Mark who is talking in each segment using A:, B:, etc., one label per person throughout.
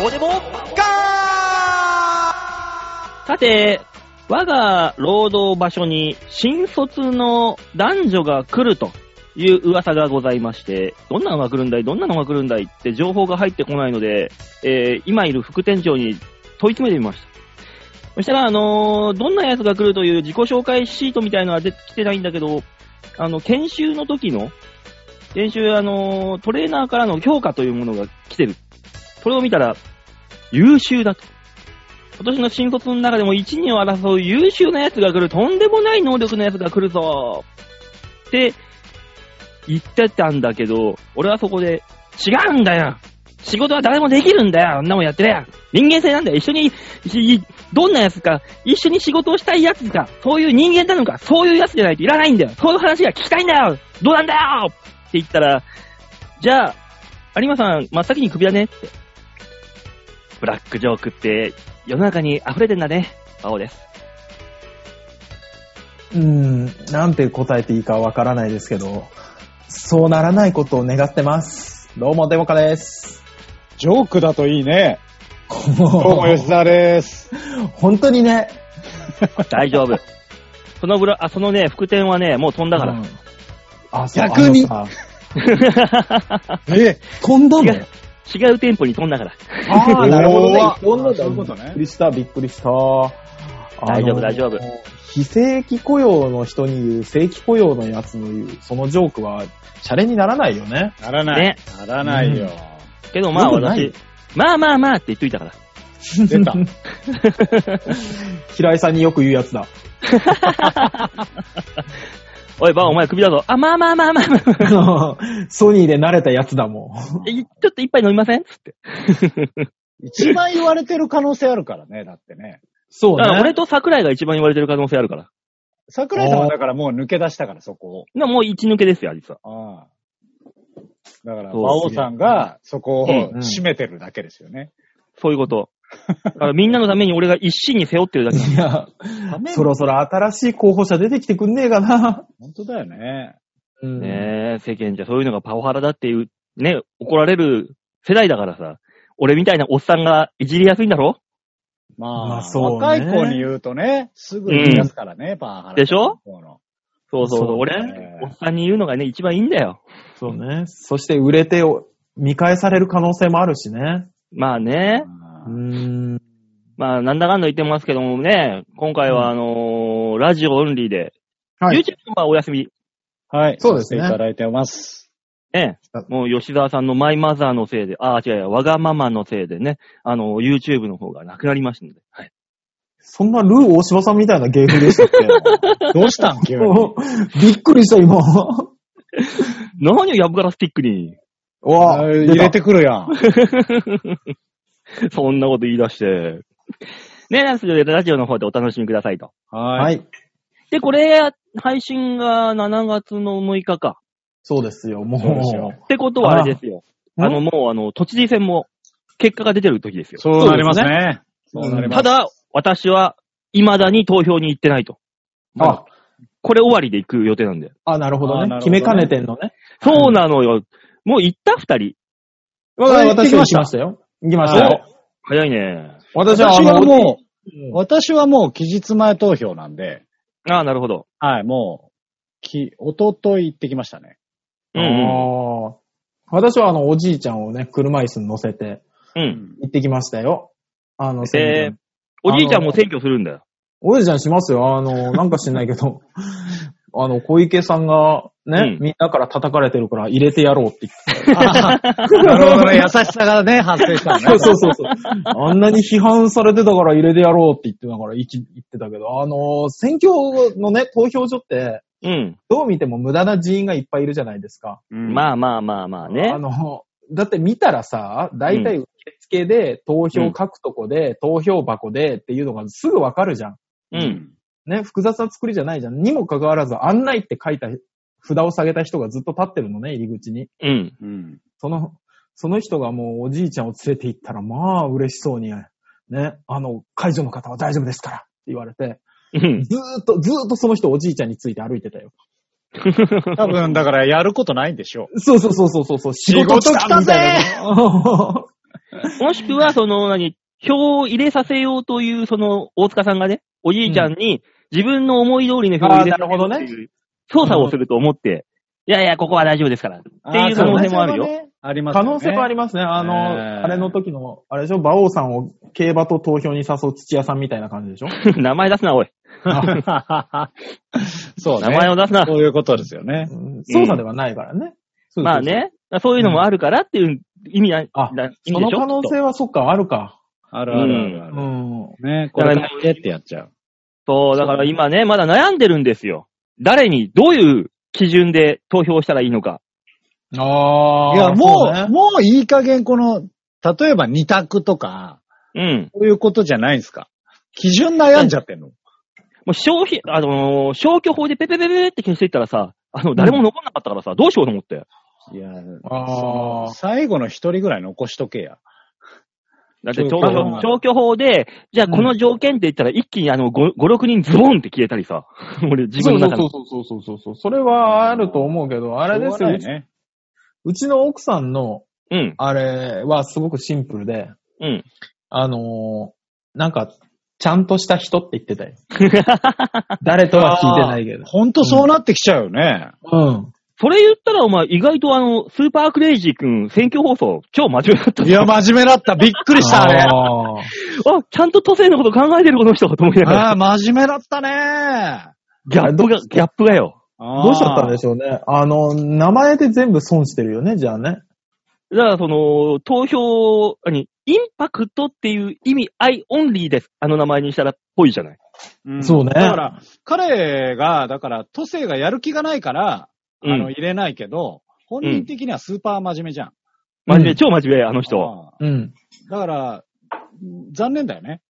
A: どうでもガー
B: さて、我が労働場所に新卒の男女が来るという噂がございまして、どんなのが来るんだいどんなのが来るんだいって情報が入ってこないので、えー今いる副店長に問い詰めてみました。そしたら、あのーどんなやつが来るという自己紹介シートみたいのは出てきてないんだけど、あの、研修の時の、研修、あのートレーナーからの評価というものが来てる。これを見たら、優秀だと。今年の新卒の中でも1、2を争う優秀なやつが来る、とんでもない能力のやつが来るぞって言ってたんだけど、俺はそこで、違うんだよ仕事は誰もできるんだよあんなもんやってりゃ人間性なんだよ一緒に、いいどんなやつか、一緒に仕事をしたいやつか、そういう人間なのか、そういうやつじゃないといらないんだよそういう話が聞きたいんだよどうなんだよって言ったら、じゃあ、有馬さん、真っ先に首だねって。ブラックジョークって世の中に溢れてんだね。青です。
C: うーん、なんて答えていいかわからないですけど、そうならないことを願ってます。どうも、デモカです。
D: ジョークだといいね。どうも、
C: も
D: 吉沢です。
C: 本当にね。
B: 大丈夫。 そのブラ、あ、そのね、副店はね、もう飛んだから。
C: うんあ、そう
D: 逆に
C: あのさ
D: え
C: 飛んだ
B: 違
C: の
B: う、 違う店舗に飛んだから。
C: ああ、なるほどね。飛んだ
D: お
C: の
D: ーそういうことね
C: びっくりした、びっくりした。
B: 大丈夫
C: あの
B: 大丈夫。
C: 非正規雇用の人に言う、正規雇用のやつの言う、そのジョークは、シャレにならない よね。
D: ならない。
B: ね
D: ならないよ。
B: けどまあ
C: よくない
B: 私、まあまあまあって言っといたから。
D: 出た。
C: 平井さんによく言うやつだ。
B: おい、ばあ、お前首だぞ。あ、まあまあまあまあまあ。
C: ソニーで慣れたやつだもん。
B: え ちょっと一杯飲みませんつって。
D: 一番言われてる可能性あるからね、だってね。
C: そう
B: だから
C: ね
B: 俺。と桜井が一番言われてる可能性あるから。
D: 桜井さんはだからもう抜け出したから、そこ
B: なもう一抜けですよ、実は。
D: を。ああだから、
B: そう
D: 馬王さんがそこを
B: うん
D: 締めてるだけですよね。
B: そういう こと。だからみんなのために俺が一心に背負ってるだけなんだ
C: いや、そろそろ新しい候補者出てきてくんねえかな。
D: 本当だよね。
C: うん
B: ねえ、世間じゃそういうのがパワハラだっていう、ね、怒られる世代だからさ、俺みたいなおっさんがいじりやすいんだろ
D: まあ、
C: まあそうね
D: 若い子に言うとね、すぐ言い出すからね、パワハラ。
B: でしょ
D: こうの
B: そうそうそう、
C: そう
B: 俺、
D: ね
B: おっさんに言うのがね、一番いいんだよ。
C: そうね。そして売れてお見返される可能性もあるしね。
B: まあね、
C: うー
D: あ
C: ん。
B: まあなんだかんだ言ってますけどもね、今回はあのーラジオオンリーで、
D: あはい。
B: YouTube はお休み。
D: はい。
C: そうですね
D: させていただいてます。
B: ね
C: あ、
B: もう吉沢さんのマイマザーのせいで、ああ、違う違う、わがままのせいでね、あの、YouTube の方がなくなりましたので。はい。
C: そんなルー大柴さんみたいな芸風でしたっけ
D: どうしたん急 に。
C: びっくりした、今。
B: 何をやぶからスティックに、
C: わあ、
D: 入れてくるやん。
B: そんなこと言い出して。ね、ラジオでラジオの方でお楽しみくださいと。
C: は
D: はい。
C: い。
B: で、これ、配信が7月の6日か。
C: そうですよ、も
D: そうですよ
C: う。
B: ってことはあれですよ。
C: あ
B: あの、もう、あの、都知事選も、結果が出てる時ですよ。
D: そうなりますね。そうなります。
B: ただ、私は、未だに投票に行ってないと。
C: あ、
B: これ終わりで行く予定なんで。
C: あ、なるほど
D: あなる
C: ね。
D: ほどね
C: 決めかねてんのね。
B: そうなのよ。もう行った二人。
D: はい
C: 私は行きましたよ。行きましたよ。
B: 早いね。
C: 私は、あ
D: 私は
C: の、
D: もう、
C: うん
D: 私はもう期日前投票なんで、
B: ああ、なるほど。
D: はい、もう、き、おととい行ってきましたね。
B: うんうん。
C: あー私はあの、おじいちゃんをね、車椅子に乗せて
B: うん。
C: 行ってきましたよ。あの、選挙
B: えー、おじいちゃんも選挙するんだよ。
C: おじいちゃんしますよ。あの、なんか知んないけど、 あの、小池さんがね、
B: うん
C: みんなから叩かれてるから入れてやろうって言って。
D: な るほどね。優しさがね、発生したの
C: そう
D: ね。
C: そうそうそう。あんなに批判されてたから入れてやろうって言ってたから、いき言ってたけど、あの、選挙のね、投票所って、
B: うん。
C: どう見ても無駄な人員がいっぱいいるじゃないですか。
D: あ、
B: まあまあまあまあね
C: あ。の、だって見たらさ、大体受付で、投票書くとこで、投票箱でっていうのがすぐわかるじゃん。
B: うん。。
C: ね、複雑な作りじゃないじゃん。にもかかわらず、案内って書いた札を下げた人がずっと立ってるのね、入り口に。
B: うん。
D: うん。
C: その、その人がもうおじいちゃんを連れて行ったら、まあ嬉しそうに、ね、あの、会場の方は大丈夫ですからって言われて、
B: うん。
C: ずーっと、ずーっとその人おじいちゃんについて歩いてたよ。
D: 多分、だからやることないんでしょ
C: そうそうそうそうそう、仕
D: 事来たぜ
C: みたいな
B: もしくは、その、何、票を入れさせようという、その、大塚さんがね、おじいちゃんに、自分の思い通りの票を入れさせようって
D: あーなる
B: いう、操作をすると思って、いやいや、ここは大丈夫ですから。っていう可能性もあるよ。
D: よ。あります
C: 可
D: よね
C: 能性もありますね。あの、
D: えー
C: あれの時の、あれでしょ馬王さんを競馬と投票に誘う土屋さんみたいな感じでしょ
B: 名前出すな、おい。
D: そうね。
B: 名前を出すな。
D: こういうことですよね。
C: うん操作ではないからね。そうそうそう
B: まあ。ね、そういうのもあるからっていう意味な、
C: あ
B: な意
C: そ
B: 味で
C: の
B: しょ
C: 可能
B: きっ
C: 性はそっか、あるか。
D: あるあるあるあ
C: う
D: る。
C: ん。
D: ね、これから入れってやっちゃう。
B: とそう、だから今ね、まだ悩んでるんですよ。誰に、どういう基準で投票したらいいのか。
C: ああ。
D: いや、も、
C: そうね
D: もういい加減この、例えば二択とか、
B: うん。
D: そういうことじゃないですか。基準悩んじゃってんの。
B: もう消費、あのー消去法でペペペペって消していったらさ、あの、誰も残んなかったからさ、どうしようと思って。
D: いや、
C: ああ。
D: 最後の一人ぐらい残しとけや。
B: だって消
D: 消
B: 去
D: 去法
B: 消去法で、じゃあこの条件って言ったら一気にあの5、5 6人ズボンって消えたりさ。 俺自分の中で
C: そう。そうそうそうそうそう。それはあると思うけど、あ
D: あ
C: れですよ。うち
D: ね。
C: うちの奥さんの、
B: うん、
C: あれはすごくシンプルで、
B: うん。
C: あのーなんか、ちゃんとした人って言ってた よ。誰とは聞いてないけど。
D: ほんとそうなってきちゃうよね。
C: うん。
B: それ言ったらお前意外とあの、スーパークレイジー君選挙放送超真面目だった。
D: いや、真面目だった。びっくりした、あれ。
C: あー
B: あ、ちゃんと都政のこと考えてるこの人と思いながら。
D: ああ、真面目だったね。
B: ギャップが、ギャップがよ。
D: ど
C: どうしちゃったんでしょうね。あの、名前で全部損してるよね、じゃあね。
B: だからその、投票、何インパクトっていう意味、アイオンリーです。あの名前にしたらっぽいじゃない。
D: うん
C: そうね
D: だから、彼が、だから、都政がやる気がないから、あ
B: う
D: の、
B: ん
D: 入れないけど、本人的にはスーパー真面目じゃん。
B: 真面目、超真面目、あの人は。
D: あ
C: うん。
D: あだから、残念だよね。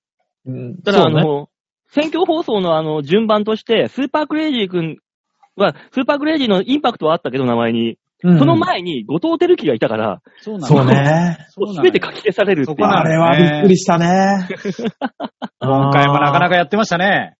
C: うん
B: ただ、あ
C: そうね。
B: の、選挙放送のあの、順番として、スーパークレイジー君は、スーパークレイジーのインパクトはあったけど、名前に。
C: うん
B: その前に、後藤輝樹がいたから、
D: そうなの
C: そう。ね。
D: そうなの
B: すべて書き消されるってい
D: そこな
B: う。
C: あ
D: の
C: れはびっくり したね。
D: 今回もなかな
C: か。
D: かやってましたね。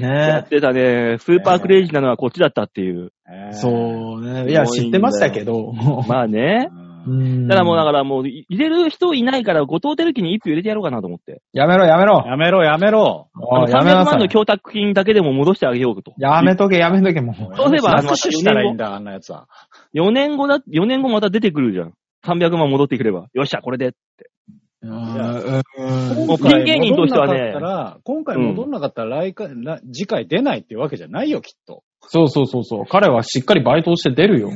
B: や
C: ね
B: ってたね。スーパークレイジーなのはこっちだったっていう。
D: ええ
C: そうね。いや、知ってましたけど。
B: まあね。
D: うん
C: うん
B: ただもうだからもう、い入れる人いないから、後藤輝樹に一票入れてやろうかなと思って。
C: やめろ、やめろ。
D: やめろ、やめろ。
B: あ
C: お
B: の、
C: いやめ
B: 300
C: なさ
B: 万の
C: い。
B: 供託金だけでも戻してあげようと。
C: やめとけ、やめとけ、もう。
B: そうすればあ
D: 握
B: の
D: 手したらいいんだ、あんなやつは。
B: 4年後だ、4年後また出てくるじゃん。300万戻ってくれば。よっしゃ、これで。
C: うん
B: もうピン芸人としてはね
D: 今回戻んなかったら、今回戻んなかったら来回、来次回出ないってわけじゃないよ、きっと。
C: そうそうそうそう。彼はしっかりバイトをして出るよ。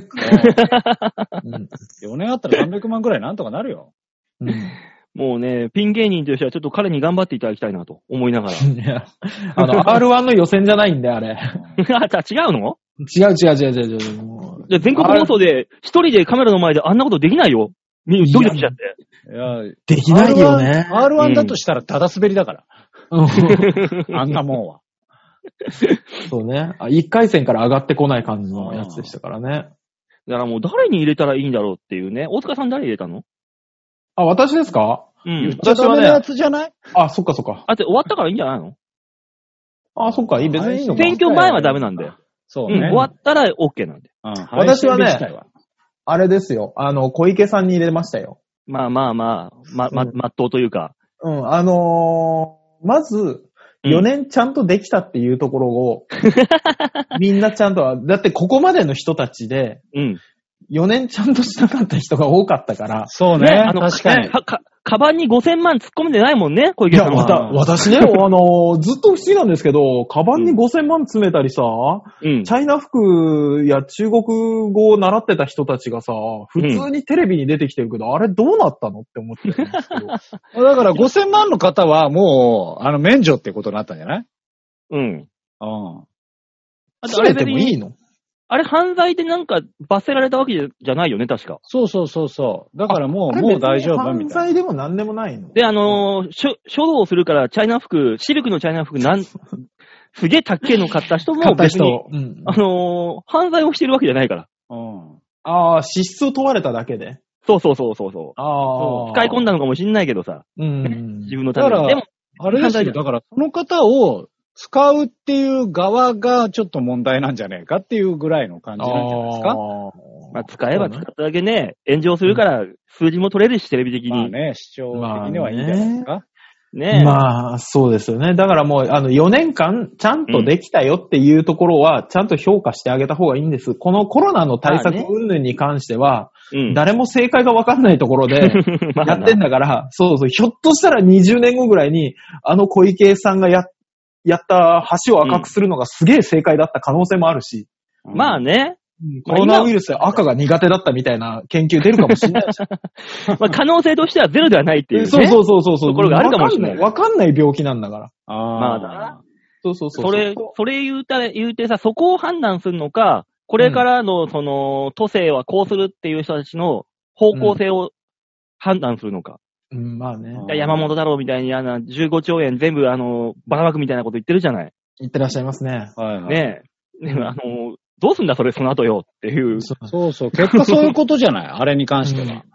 C: うん
D: 4年あったら300万ぐらいなんとかなるよ。
C: うん
B: もうね、ピン芸人としてはちょっと彼に頑張っていただきたいなと思いながら。
C: いやあ の、R1 の予選じゃないんで、あれ。
B: あ、じゃあ違うの
C: 違う違う違う違う違う。もう
B: じゃあ全国放送で、一人でカメラの前であんなことできないよ。みドキドキしちゃって。
D: いや、
C: できないよね。
D: R1 だとしたらダダ滑りだから。
C: うん
D: あんなもんは。
C: そうね。あ一回戦から上がってこない感じのやつでしたからね。
B: だからもう誰に入れたらいいんだろうっていうね。大塚さん誰入れたの
C: あ、私ですか
B: う
D: 言っ
B: ん。
D: ちゃダメなやつじゃない
C: あ、そっかそっか。
B: あって終わったからいいんじゃないの
C: あ、そっか。いい別にいいのか
B: 選。挙前はダメなんだよ。
D: そう
B: うん。
D: ね。
B: 終わったら OK なんで。
D: うん
C: 私はね
D: 配信自体
C: あれですよ。あの、小池さんに入れましたよ。
B: まあまあまあ、ま、ま、
C: うん
B: まっとうというか。
C: うん、あのーまず、
B: うん
C: 4年ちゃんとできたっていうとこ ろを、みんなちゃんと、だってここまでの人たちで、
B: うん。
C: 4年ちゃんとしなかった人が多かったから、
D: そうね。
B: あの、
D: 確かに。
B: か、か、カバンに5000万突っ込んでないもんね、小
C: い
B: 池さ
C: や、
B: ん
C: ま
B: は。
C: た、私ね、あ のーずっと不思議なんですけど、カバンに5000万詰めたりさ、
B: うん
C: チ。ャイナ服や中国語を習ってた人たちがさ、普通にテレビに出てきてるけど、あれどうなったのって思ってるんですけど。
D: だから5000万の方はもう、あの、免除ってことになったんじゃない
B: うん。
D: うん。
B: あとあれ
C: 詰め
B: 別
C: てもい
B: に、
C: いの
B: あれ犯罪でなんか罰せられたわけじゃないよね、確か。
D: そうそうそうそう。だからもう、もう大丈夫みたいな。
C: 犯罪でも何でもないの。
B: で、あのー、しょ書道をするから、チャイナ服、シルクのチャイナ服、なん、すげえ高えの買った人も
C: 勝った
B: 別に、
C: 人。うん
B: あのー、犯罪をしてるわけじゃないから。
D: うん。
C: ああ、資質を問われただけで。
B: そうそうそうそうそう。
C: あ
B: そう使い込ん
C: だ。
B: だのかもしんないけどさ、
C: うん。
B: 自分のため
D: だか
B: に。
D: ら
B: でも、
D: あれです
B: 犯罪
D: よ。だから、その方を使うっていう側がちょっと問題なんじゃねえかっていうぐらいの感じなんじゃないですか。
C: あー
B: まあ、使えば使っただけね、炎上するから、数字も取れるし、テレビ的
D: まあ
B: に。
D: ね、視聴的にはいいんじゃないですか。
B: ね
C: まあ、そうですよね。だからもう、あの、4年間、ちゃんとできたよっていうところは、ちゃんと評価してあげた方がいいんです。このコロナの対
B: ま
C: 策
B: あね
C: 云々に関しては、
B: うん。
C: 誰も正解がわかんないところで、
B: まあ
C: やってんだから、そうそう、ひょっとしたら20年後ぐらいに、あの小池さんがや、やった橋を赤くするのがすげえ正解だった可能性もあるし、
B: まあね。
C: コロナウイルスは赤が苦手だったみたいな研究出るかもしれないし。
B: まあ、可能性としてはゼロではないって いう、ね。
C: そうそうそうそうそう。
B: ところがあるかもしれない
C: わかんわかんない病気なんだから。
B: まあ
D: あー
B: な
C: そうそうそう。
B: それ、それ言うたら、言うてさ、そこを判断するのか、これからの、その、都政はこうするっていう人たちの方向性を判断するのか。
C: うん、まあね。
D: うん
B: いや山本太郎みたいに、あの、15兆円全部、あの、ばらまくみたいなこと言ってるじゃない。
C: いってらっしゃいますね。
D: はいはい。
B: ねえ。ねえあの、どうすんだ、それ、その後よ、っていう。
D: そうそう。結果そういうことじゃない。あれに関しては。
B: う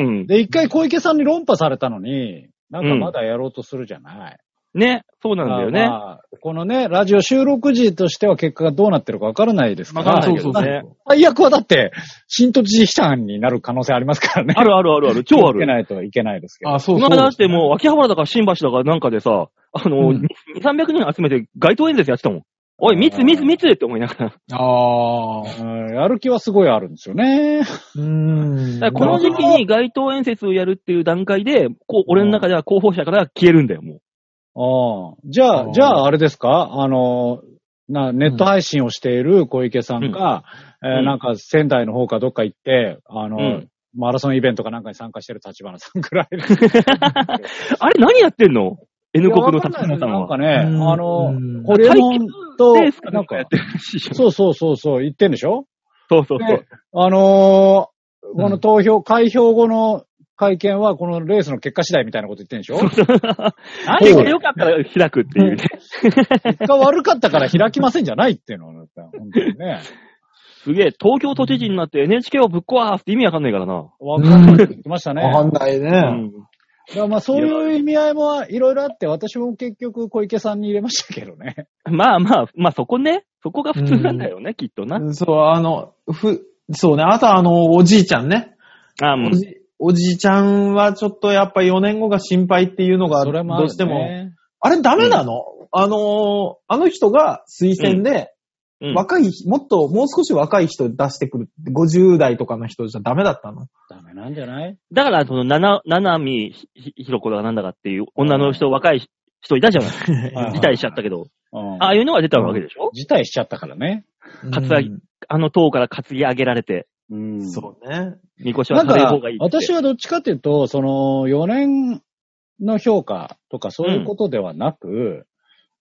B: ん
D: で、一回小池さんに論破されたのに、なんかまだやろうとするじゃない。
B: ね、そうなんだよ
D: まあ
B: ね。
D: まあこのね、ラジオ収録時としては結果がどうなってるかわからないですから。
B: わかんない
C: そう
B: けど
C: そうそう。
B: ね
D: 最悪はだって、新都知事批判になる可能性ありますからね。
B: あるあるあるある、超あ
D: 気をつけ
B: る。
D: ないといけないですけど。
C: あ、そうそ
B: 今
C: う。
B: だってもう、秋葉原だから新橋だからなんかでさ、あの、
C: う
B: 2
C: ん、
B: 300人集めて街頭演説やってたもん。おい、密、密、密って思いながら。
C: ああ。
D: うんやる気はすごいあるんですよね。
C: うーん。
B: だからこの時期に街頭演説をやるっていう段階で、こう、俺の中では候補者から消えるんだよ、も
D: ああ。じゃあ、
C: うん
D: じゃああれですかあの、な、ネット配信をしている小池さんが、えー
B: うん
D: なんか仙台の方かどっか行って、あの、
B: うん
D: マラソンイベントかなんかに参加してる立花さんくらい です。
B: う。あれ何やってんの ?N 国の立花さん
D: なん
B: は。
D: かね、あ
C: うん
D: の
C: うん、
D: ホリエモンと
B: レース、か
D: な
B: なんんか
D: か
B: やっ、てるらしいじゃん
D: そうそうそう、そう言ってんでしょ
B: そうそうそう
D: で。あのーこ
C: う
D: の
C: ん
D: 投票、開票後の会見は、このレースの結果次第みたいなこと言ってんでしょ
B: 何が良かったら開くっていうね。
D: 結果悪かったから開きませんじゃないっていうの は、本当にね。
B: すげえ、東京都知事になって NHK をぶっ壊すって意味わかんないからな。
D: わかんないって言ってましたね。
C: わかんない
D: だ
C: ね。
D: からまあそういう意味合いもいろいろあって、私も結局小池さんに入れましたけどね。
B: まあまあ、まあそこね、そこが普通なんだよね、きっとな。
C: そう、あの、ふ、そうね。あとあの、おじいちゃんね。
B: あもう
C: おじ、おじいちゃんはちょっとやっぱ4年後が心配っていうのが、
D: それもあ
C: ど
D: る、ね。
C: うしても。あれダメなの、あのー、あの人が推薦で、
B: うん
C: 若い、もっと、もう少し若い人出してくる。50代とかの人じゃダメだっ たの
D: ダメなんじゃない
B: だから、その、なな、ななみひひひろこだなんだかっていう女の人、若い人いたじゃない
D: はい
B: 辞退しちゃったけど、
D: うん
B: ああいうのが出たわけでしょ
D: 辞退しちゃったからね。
B: カツアゲあの党から担ぎ上げられて、
D: うん
C: うんそうね。
B: みこしは
D: なん
B: 食べる
D: か
B: 方がいいっ、て。
D: 私はどっちかっていうと、その、4年の評価とかそういうことではなく、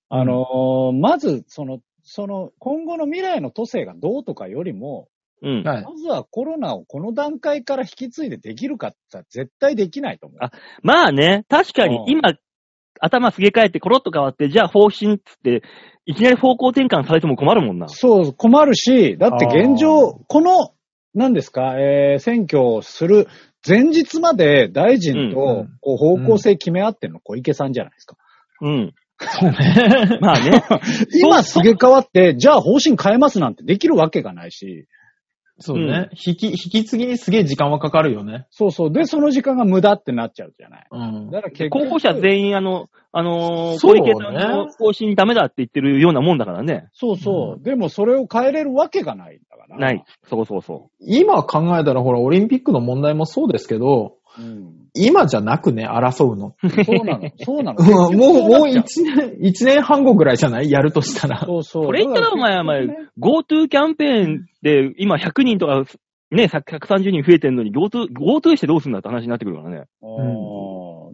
D: あの、まず、その、その、今後の未来の都政がどうとかよりも、
B: うん。
C: はい。
D: まずはコロナをこの段階から引き継いでできるかって言ったら絶対できないと思う。
B: あまあね、確かに
D: うん
B: 今、頭すげ替えてコロッと変わって、じゃあ方針っつって、いきなり方向転換されても困るもんな。
D: そう、困るし、だって現
C: あ
D: 状、この、何ですか、えー選挙をする前日まで大臣
C: うんう
D: と
C: ん
D: こう方向性決め合ってんの小池さんじゃないですか。
B: うん。ま あね。
D: 今すげ変わって、じゃあ方針変えますなんてできるわけがないし、
C: そうね。引き、引き継ぎにすげえ時間はかかるよね。
D: そうそう、で、その時間が無駄ってなっちゃうじゃない。
C: うん。
D: だから結局
B: 候補者全員、あの、あのー
C: そ
B: 小
C: うね
B: 池さんの方針ダメだって言ってるようなもんだからね。
D: そうそう、でもそれを変えれるわけがないんだから。
B: ない。。そうそうそ
C: 今考えたらほら、オリンピックの問題もそうですけど、
D: うん。
C: 今じゃなくね、争うの。
D: そうな の、そうなの。
C: もう、もう
D: 結局そうなっちゃ
C: 一年、一年半後ぐらいじゃないやるとしたら。
D: そうそう。
B: う。これ言ったらお前、お前、GoTo キャンペーンで今100人とか、ね、さ130人増えてんのに GoTo、GoTo してどうすんだって話になってくるからね。
D: ああ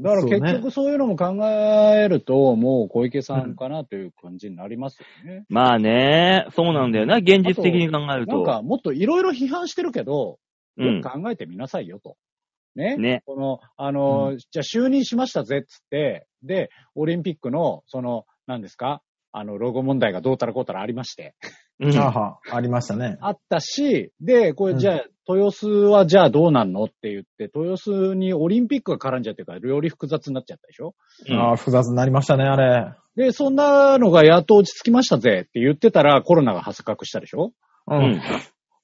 D: だから
C: そうね
D: 結局そういうのも考えると、もう小池さんかなという感じになりますよね。
B: まあね、そうなんだよな、現実的に考える
D: なん
B: と。
D: かもっといろいろ批判してるけど、
B: う
D: よ
B: ん
D: く。考えてみなさいよと。ね。
B: ね。
D: この、あの、じゃあ就任しましたぜっつって、で、オリンピックの、その、何ですかあの、ロゴ問題がどうたらこうたらありまして。
B: うん。
C: あは、ありましたね。
D: あったし、で、これ
C: うん
D: じゃあ、豊洲はじゃあどうなんのって言って、豊洲にオリンピックが絡んじゃってるから、より複雑になっちゃったでしょ
B: うん
C: ああ、複雑になりましたね、あれ。
D: で、そんなのがやっと落ち着きましたぜって言ってたらコロナが発覚したでしょ
C: う
B: うん。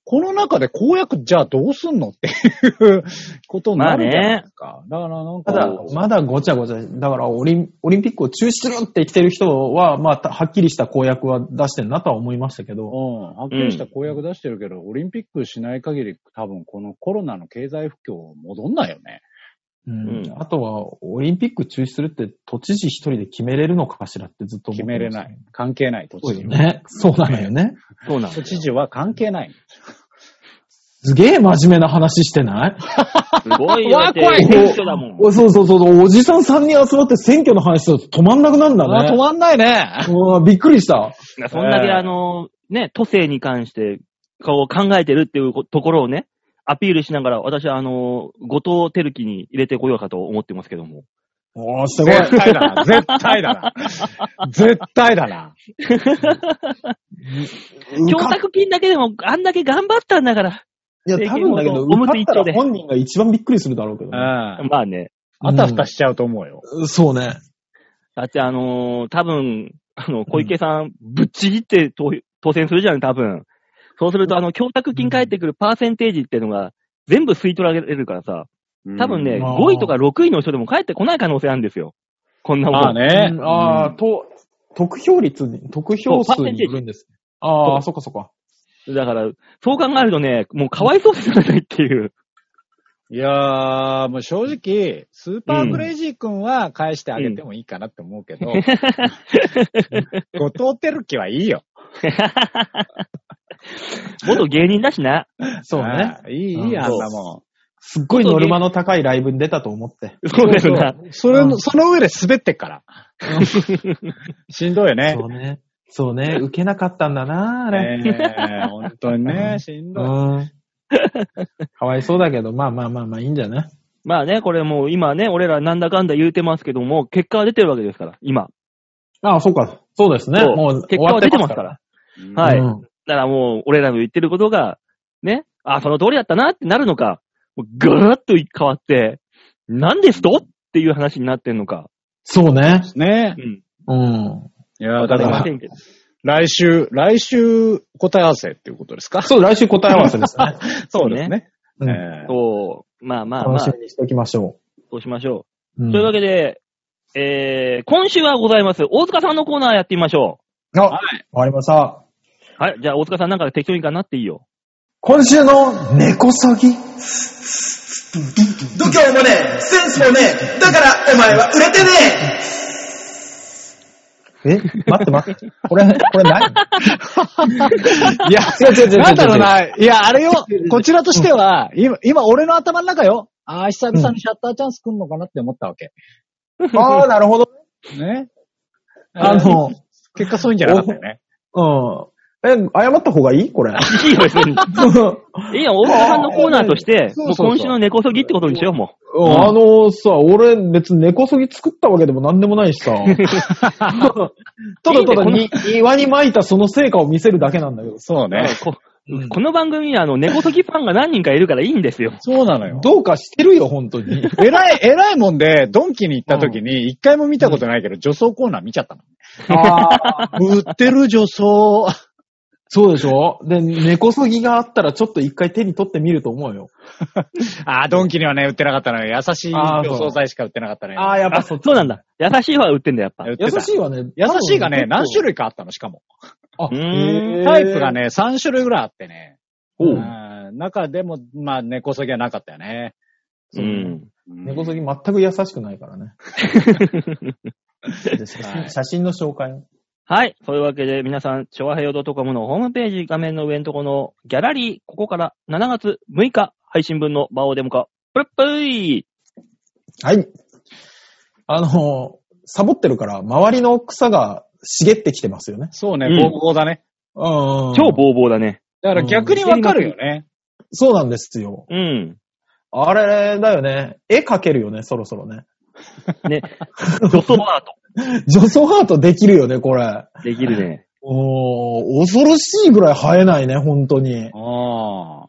D: この中で公約じゃあどうすんのっていうことになるじゃないですか。だからなんか、
C: ただ、まだごちゃごちゃ、だからオリンオリンピックを中止するって来てる人は、まあ、たはっきりした公約は出してるなとは思いましたけ
D: うん
C: ど、、
D: はっきりした公約出してるけど、オリンピックしない限り多分このコロナの経済不況戻んないよね。
C: うん
B: うん
C: あとは、オリンピック中止するって都知事一人で決めれるのかしらってずっと思って
D: 決
C: ま
D: め
C: した
D: れない。。関係ない、都
C: そ
D: 知
C: う
D: 事
C: よ
D: は。
C: ね。そうなのよね。
B: そうなん
D: 都
B: です
D: 知
B: よ。
D: 事は関係ない。
C: すげえ真面目な話してない
B: す ごいよ。
D: わ
B: だ
D: あ
B: って
D: 怖い
B: 選挙だもん。
C: おそうそうそう、おじさん3人集まって選挙の話すると止まんなくなるんだね。
D: あ止まんないね。
C: うわびっくりした。
B: そんだ
D: え
B: け
D: え
B: あの、ね、都政に関して、こう考えてるっていうこところをね、アピールしながら、私はあの、後藤輝樹に入れてこようかと思ってますけども。
C: おー、すごい。
D: 絶対だな。絶対だな。絶対だな。
B: 供
C: 受かっ
B: 託金だけでも、あんだけ頑張ったんだから。
C: いや、多分だけど、
B: おむ
C: 受
B: つ
C: か
B: 一丁
C: った
B: で
C: ら本人が一番びっくりするだろうけど
D: う
C: ね、
D: ん。
B: まあね。
D: あたふたしちゃうと思うよ。
C: そうね。
B: だってあのー多分、あの、小池さん、ぶっちぎって当当選するじゃん、多分。そうすると、あの、供託金返ってくるパーセンテージっていうのが、全部吸い取られるからさ、多分ね、
C: うんあー
B: 5位とか6位の人でも返ってこない可能性あるんですよ。こんなもん。
D: まあね
C: う。んああ、と、得票率に、得票数によるんです。ああ、そっかそっか。
B: だから、そう考えるとね、もうかわいそうでならないって いう。
D: いやー、もう正直、スーパークレイジー君は返してあげてもいいかなって思うけど、後藤輝樹はいいよ。
B: 元芸人だしな。
C: そうね。
D: あー。いい、
C: うん
D: いい、あんなも
C: すっごいノルマの高いライブに出たと思って。
B: そうだよな。
D: ん。それ
C: う
D: の、
C: ん
D: その上で滑ってっから。しんどいよね
C: そ。うね。そうね。受けなかったんだな、あれ。
D: えー本当にね、しん
C: う
D: どい。
C: ん。 かわいそうだけど、まあまあまあまあ、いいんじゃない
B: まあね、これもう今ね、俺らなんだかんだ言うてますけども、結果は出てるわけですから、今。
C: ああ、そうか。そうですね。
B: そう
C: もう
B: 結
C: 終
B: 果
C: わ
B: は
C: っ
B: 出
C: て
B: て
C: ま
B: ますすか
C: か
B: らら。。
D: うん
B: はい
C: うん
B: だからもう、俺らの言ってることが、ね、あ、その通りだったなってなるのか、もうガラッと変わって、何ですとっていう話になってんのか。
C: そうね。
D: ね
B: うん。
C: うん。
D: いやー
B: わ
D: だか
B: かりま
D: ら
B: せ、んけど。
D: 来週、来週答え合わせっていうことですか
C: そう、来週答え合わせです ね。
B: そうね
D: ね。
C: うん
D: えー
B: そう。まあまあま
C: 楽
B: あ
C: し、みにしておきましょ
B: そうしましょ
C: う。
B: う。
C: ん
B: というわけで、えー、今週はございます。大塚さんのコーナーやってみましょ
C: あ、
D: は
C: わ
D: い。
C: かりました。
B: う。はい。じゃあ、大塚さんなんか適当にかなっていいよ。
C: 今週の根こそぎ。
A: 度胸もねえ、センスもねえ、だからお前は売れてねえ
C: え待って待って。これ、これ何いや、違う違う違う違う。
D: なんだろうな。いや、あれよ、こちらとしては、今、今俺の頭の中よ。ああ、久々にシャッターチャンス来んのかなって思ったわけ。
C: ああ、なるほど。
D: ね。
C: あの、うん。
D: 結果そういうんじゃなかったよね。
C: え、謝った方がいいこれ。
B: いいよ、別に。いいよ、大塚さんのコーナーとして、
D: そう
B: もう
D: そうそう
B: 今週の根こそぎってことにしよう、も
C: うんあのさ、俺別に根こそぎ作ったわけでも何でもないしさ。ただただに岩に撒いたその成果を見せるだけなんだけど。
D: そう
B: う。
D: ね。
B: こ この番組にあの、根こそぎファンが何人かいるからいいんですよ。
D: そうなのよ。
C: どうかしてるよ、本当に。
D: えらい、えらいもんで、ドンキに行った時に、一回も見たことないけど、女装コーナー見ちゃったの。
C: ああ、
D: 売ってる女装。
C: そうでしょで、根こそぎがあったらちょっと一回手に取ってみると思うよ。
D: ああ、ドンキにはね、売ってなかったのよ。優しい
C: あー
D: 女装剤しか売ってなかったのよ。
C: ああ、やっ
B: あ、
C: ぱ
B: そ
C: そうう。
B: なんだ。優しい方は売ってんだ、やっぱ。
D: 売って
C: 優
D: た
C: しいわね。
D: 優しいがね、何種
C: 類
D: 類かあったの、しかも。
C: あ、
B: うー
C: へー
D: タイプが。ね、3種類ぐらいあってね。
B: おう
D: うん中でも、まあ、根こそぎはなかったよね。
B: うん。
C: 根こそぎ全く優しくないからね。で写
D: は
C: 真
D: い
C: 写真の紹介。
B: はい。そういうわけで、皆さん、チョアヘヨドットコムのホームページ画面の上のところのギャラリー、ここから7月6日配信分の場をデモ化。プルップイ
C: はい。あの、サボってるから、周りの草が茂ってきてますよね。
D: そうね
B: うん、
D: ボーボーだね。
C: うん
B: 超ボーボーだね。
D: だから逆にわかるよね。
C: そうなんですよ。
B: うん。
C: あれだよね。絵描けるよね、そろそろね。
B: ね。 女装アート。
C: 女装ハートできるよね、これ。
B: できるね。
C: おー、恐ろしいぐらい生えないね、本当に。
D: ああ。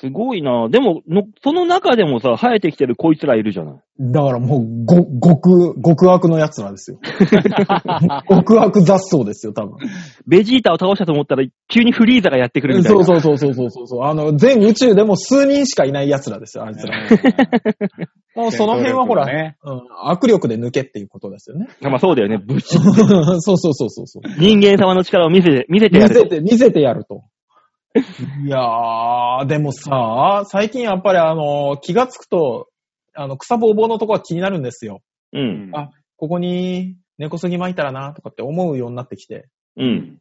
B: すごいなでもの、その中でもさ、生えてきてるこいつらいるじゃない。
C: だからもう、ご、極、極悪の奴らですよ。極悪雑草ですよ、多分。
B: ベジータを倒したと思ったら、急にフリーザがやってくるみたい
C: そ
B: な。
C: うそうそうそうそうそうそう。あの、全宇宙でも数人しかいない奴らですよ、あいつら。 もうその辺はほら、
D: ね。
C: うん、握力で抜けっていうことですよね。
B: まあそうだよね。ぶち、
C: そうそうそうそうそう。
B: 人間様の力を見せて、見せて
C: 見
B: や
C: せ
B: ると。
C: て、見せてやると。いやー、でもさ、最近やっぱりあの、気がつくと、あの、草ぼうぼうのとこは気になるんですよ。
B: うん。
D: あ、
C: ここに根こそぎ巻いたらな、とかって思うようになってきて。
B: うん。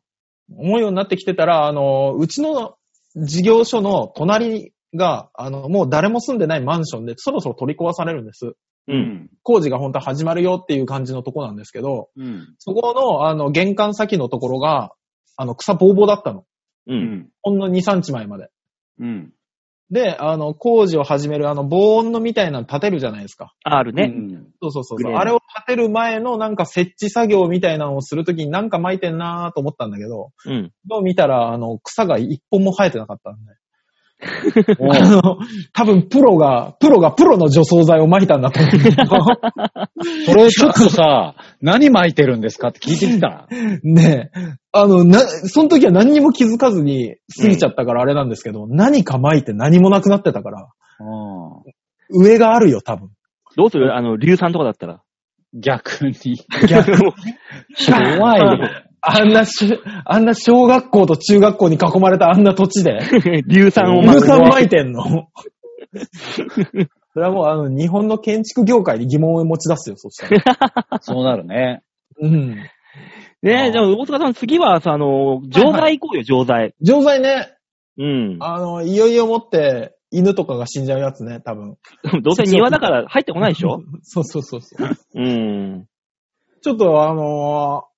C: 思うようになってきてたら、あの、うちの事業所の隣が、あの、もう誰も住んでないマンションで、そろそろ取り壊されるんです。
B: う。
D: うんん。
C: 工事が本当は始まるよっていう感じのとこなんですけど、
D: うん。
C: そこの、あの、玄関先のところが、あの、草ぼうぼうだったの。
B: う。
D: うんん。
C: ほんの2、3日前まで。
D: うん。
C: で、あの、工事を始める、あの、防音のみたいなの立てるじゃないですか。
B: あるね。
C: そうそうそう
D: グ
C: そ
D: レ
C: う。
D: ーの
C: あれを立てる前のなんか設置作業みたいなのをするときになんか巻いてんなーと思ったんだけど、
B: うん。
C: どう見たら、あの、草が一本も生えてなかったんで。
D: おう
C: あの、多分プロが、プロがプロの除草剤を巻いたんだと思うんだけど。
D: それちょっとさ、何巻いてるんですかって聞いてきた。
C: ねえ。あの、な、その時は何にも気づかずに過ぎちゃったからあれなんですけど、何か巻いて何もなくなってたから、
D: う
C: 上があるよ、多分。
B: どうするあの、硫酸とかだったら。
D: ん。逆に。
B: 怖
D: 怖いよ。
C: あんなし、あんな小学校と中学校に囲まれたあんな土地で、
B: 硫酸をま
C: 硫
B: く。
C: 酸巻いてんのそれはもうあの、日本の建築業界に疑問を持ち出すよ、そしたら。
D: そうなるね。
C: うん。
B: ねえ、じゃあ、大塚さん、次はさ、あの、錠剤行こうよ、錠剤。
C: 錠剤ね、
B: うん。
C: あの、いよいよ持って、犬とかが死んじゃうやつね、多分。
B: どうせ庭だから入ってこないでしょ
C: そうそうそうそう。
B: うん。
C: ちょっとあのー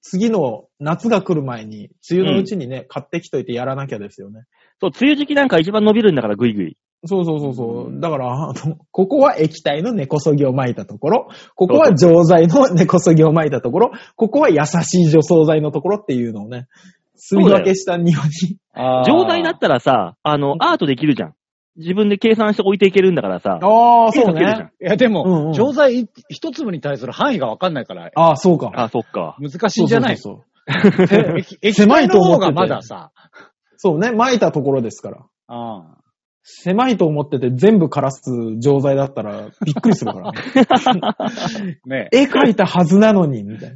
C: 次の夏が来る前に、梅雨のうちにね、買ってきといてやらなきゃですよね。
B: そう、梅雨時期なんか一番伸びるんだから、ぐいぐい。
C: そうそうそうそう。だから、あの、ここは液体の根こそぎを撒いたところ、ここは錠剤の根こそぎを撒いたところ、ここは優しい除草剤のところっていうのをね、住み分けした庭に。
D: あー
B: 錠剤だったらさ、あの、アートできるじゃん。自分で計算して置いていけるんだからさ。
C: ああ、そう
B: 絵描けるじゃん。
C: ね
D: いや、で
C: うんう
D: も
C: ん、
D: 錠剤一一粒に対する範囲がわかんないから、
C: ああ、そうか。
B: あ、そっか。
D: 難しいんじゃない
C: そうそう
D: 液液
C: 狭い
D: 体
C: と
D: の
C: 思っ
D: 方
C: てて
D: がまださ。
C: そうそうね、撒いたところですから。
D: ああ
C: 狭いと思ってて全部枯らす錠剤だったらびっくりするからね。
D: ね
C: 絵描いたはずなのに、みたい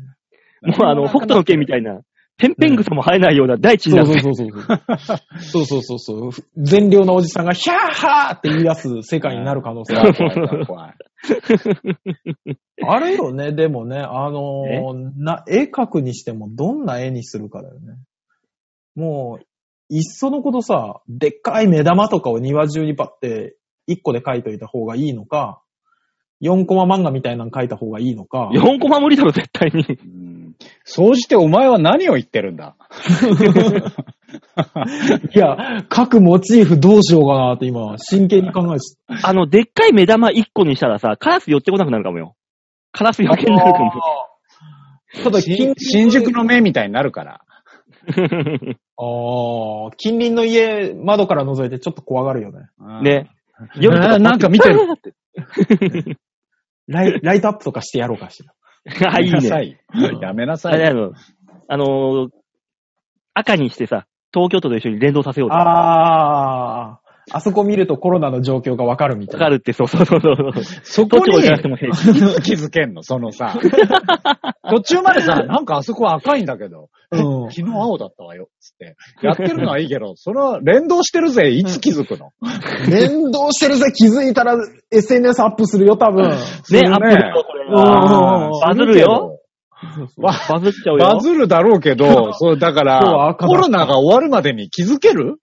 C: な。
B: もうあの、北斗の剣みたいな、てんぺん草も生えないような大地に
C: そ
B: な
C: う
B: って。
C: そうそうそう。そうそうそうそう。善良なおじさんが、ヒャーハーって言い出す世界になる可能 性あ
D: 怖い
C: る。
D: 怖い怖い怖い。
C: あれよね、でもね、あのーな、絵描くにしてもどんな絵にするかだよね。もう、いっそのことさ、でっかい目玉とかを庭中にパって、1個で描いといた方がいいのか、4コマ漫画みたいなの描いた方がいいのか、
B: 4コマ無理だろ、絶対 に。
D: うんそうしてお前は何を言ってるんだ
C: いや、描くモチーフどうしようかなって今、真剣に考えて
B: あの、でっかい目玉1個にしたらさ、カラス寄ってこなくなるかもよ。カラス余計になるかも。
C: ただ、
D: 新
C: 近
D: 新宿の目みたいになるから。
C: ああ、近隣の家、窓から覗いてちょっと怖がるよね。
D: うん
B: ね。
D: 夜とかなんか見てる。
C: ライ ライトアップとかしてやろうかしら。
B: あ、いい
D: やめな
B: ね
D: さ。い。やめな
B: あ
D: さ
B: れだ
D: い。
B: よ、あのー、赤にしてさ、東京都と一緒に連動させようと。
C: ああ、あそこ見るとコロナの状況がわかるみ
B: わ
C: たいな。
B: かるって、そうそうそうそう。
D: そ
B: どっ
D: こ
B: ち
D: に
B: もじゃなくても平気。
D: いつ 気づけんのその さ。途中までさ、なんかあそこは赤いんだけど、
C: うん
D: 昨日青だったわよ、つって。やってるのはいいけど、それは連動してるぜ、いつ気づくの、
C: 連動してるぜ、気づいたら SNS アップするよ、多分。
D: する
B: ね、アップルよ、これ
C: うん
D: あー
B: バズるよ。
D: バ
B: バズっちゃうよ。
D: バズるだろうけど、そう、だか
C: 今日は
D: ら、
C: 赤だ
D: コロナが終わるまでに気づける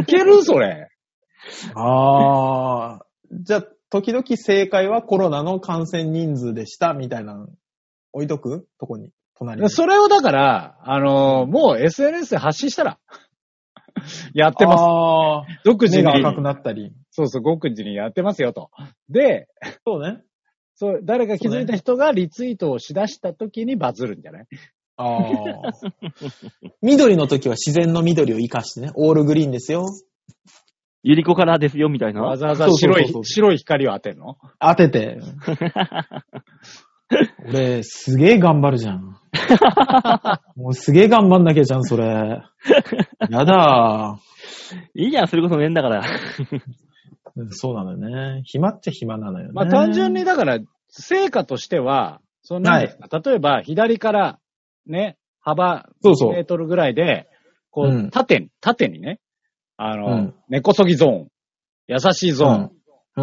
D: いけるそれ。
C: ああ、じゃあ、時々正解はコロナの感染人数でした、みたいなの置いとくとこに、隣に。
D: それをだから、あのーもう SNS で発信したら、やっ
C: あ
D: てます。
C: ー
D: 独自
C: 目が
D: に、
C: 赤くなったり。
D: そうそう、独自にやってますよと。で、
C: そうね。
D: そう、誰か気づいた人がリツイートをしだした時にバズるんじゃない
C: ああ。 緑の時は自然の緑を生かしてね、オールグリーンですよ。
B: ゆり子からですよ、みたいな
D: わ。ざわざ白
C: そうそうそうそう
D: い、白い光を当てるの
C: 当て て。俺、すげえ頑張るじゃん。もうすげえ頑張んなきゃじゃん、それ。やだ
B: いいじゃん、それこそねえんだから。
C: ーそうなのよね。暇っちゃ暇なのよね。
D: まあ単純にだから、成果としては、そんなんですか例えば左からね、幅
C: そう
D: 1
C: そう
D: メートルぐらいで、こ
C: う
D: う、
C: ん
D: 縦に、縦にね、あ
C: う
D: の
C: ん、
D: 根こそぎゾーン、優しいゾーン、
C: う。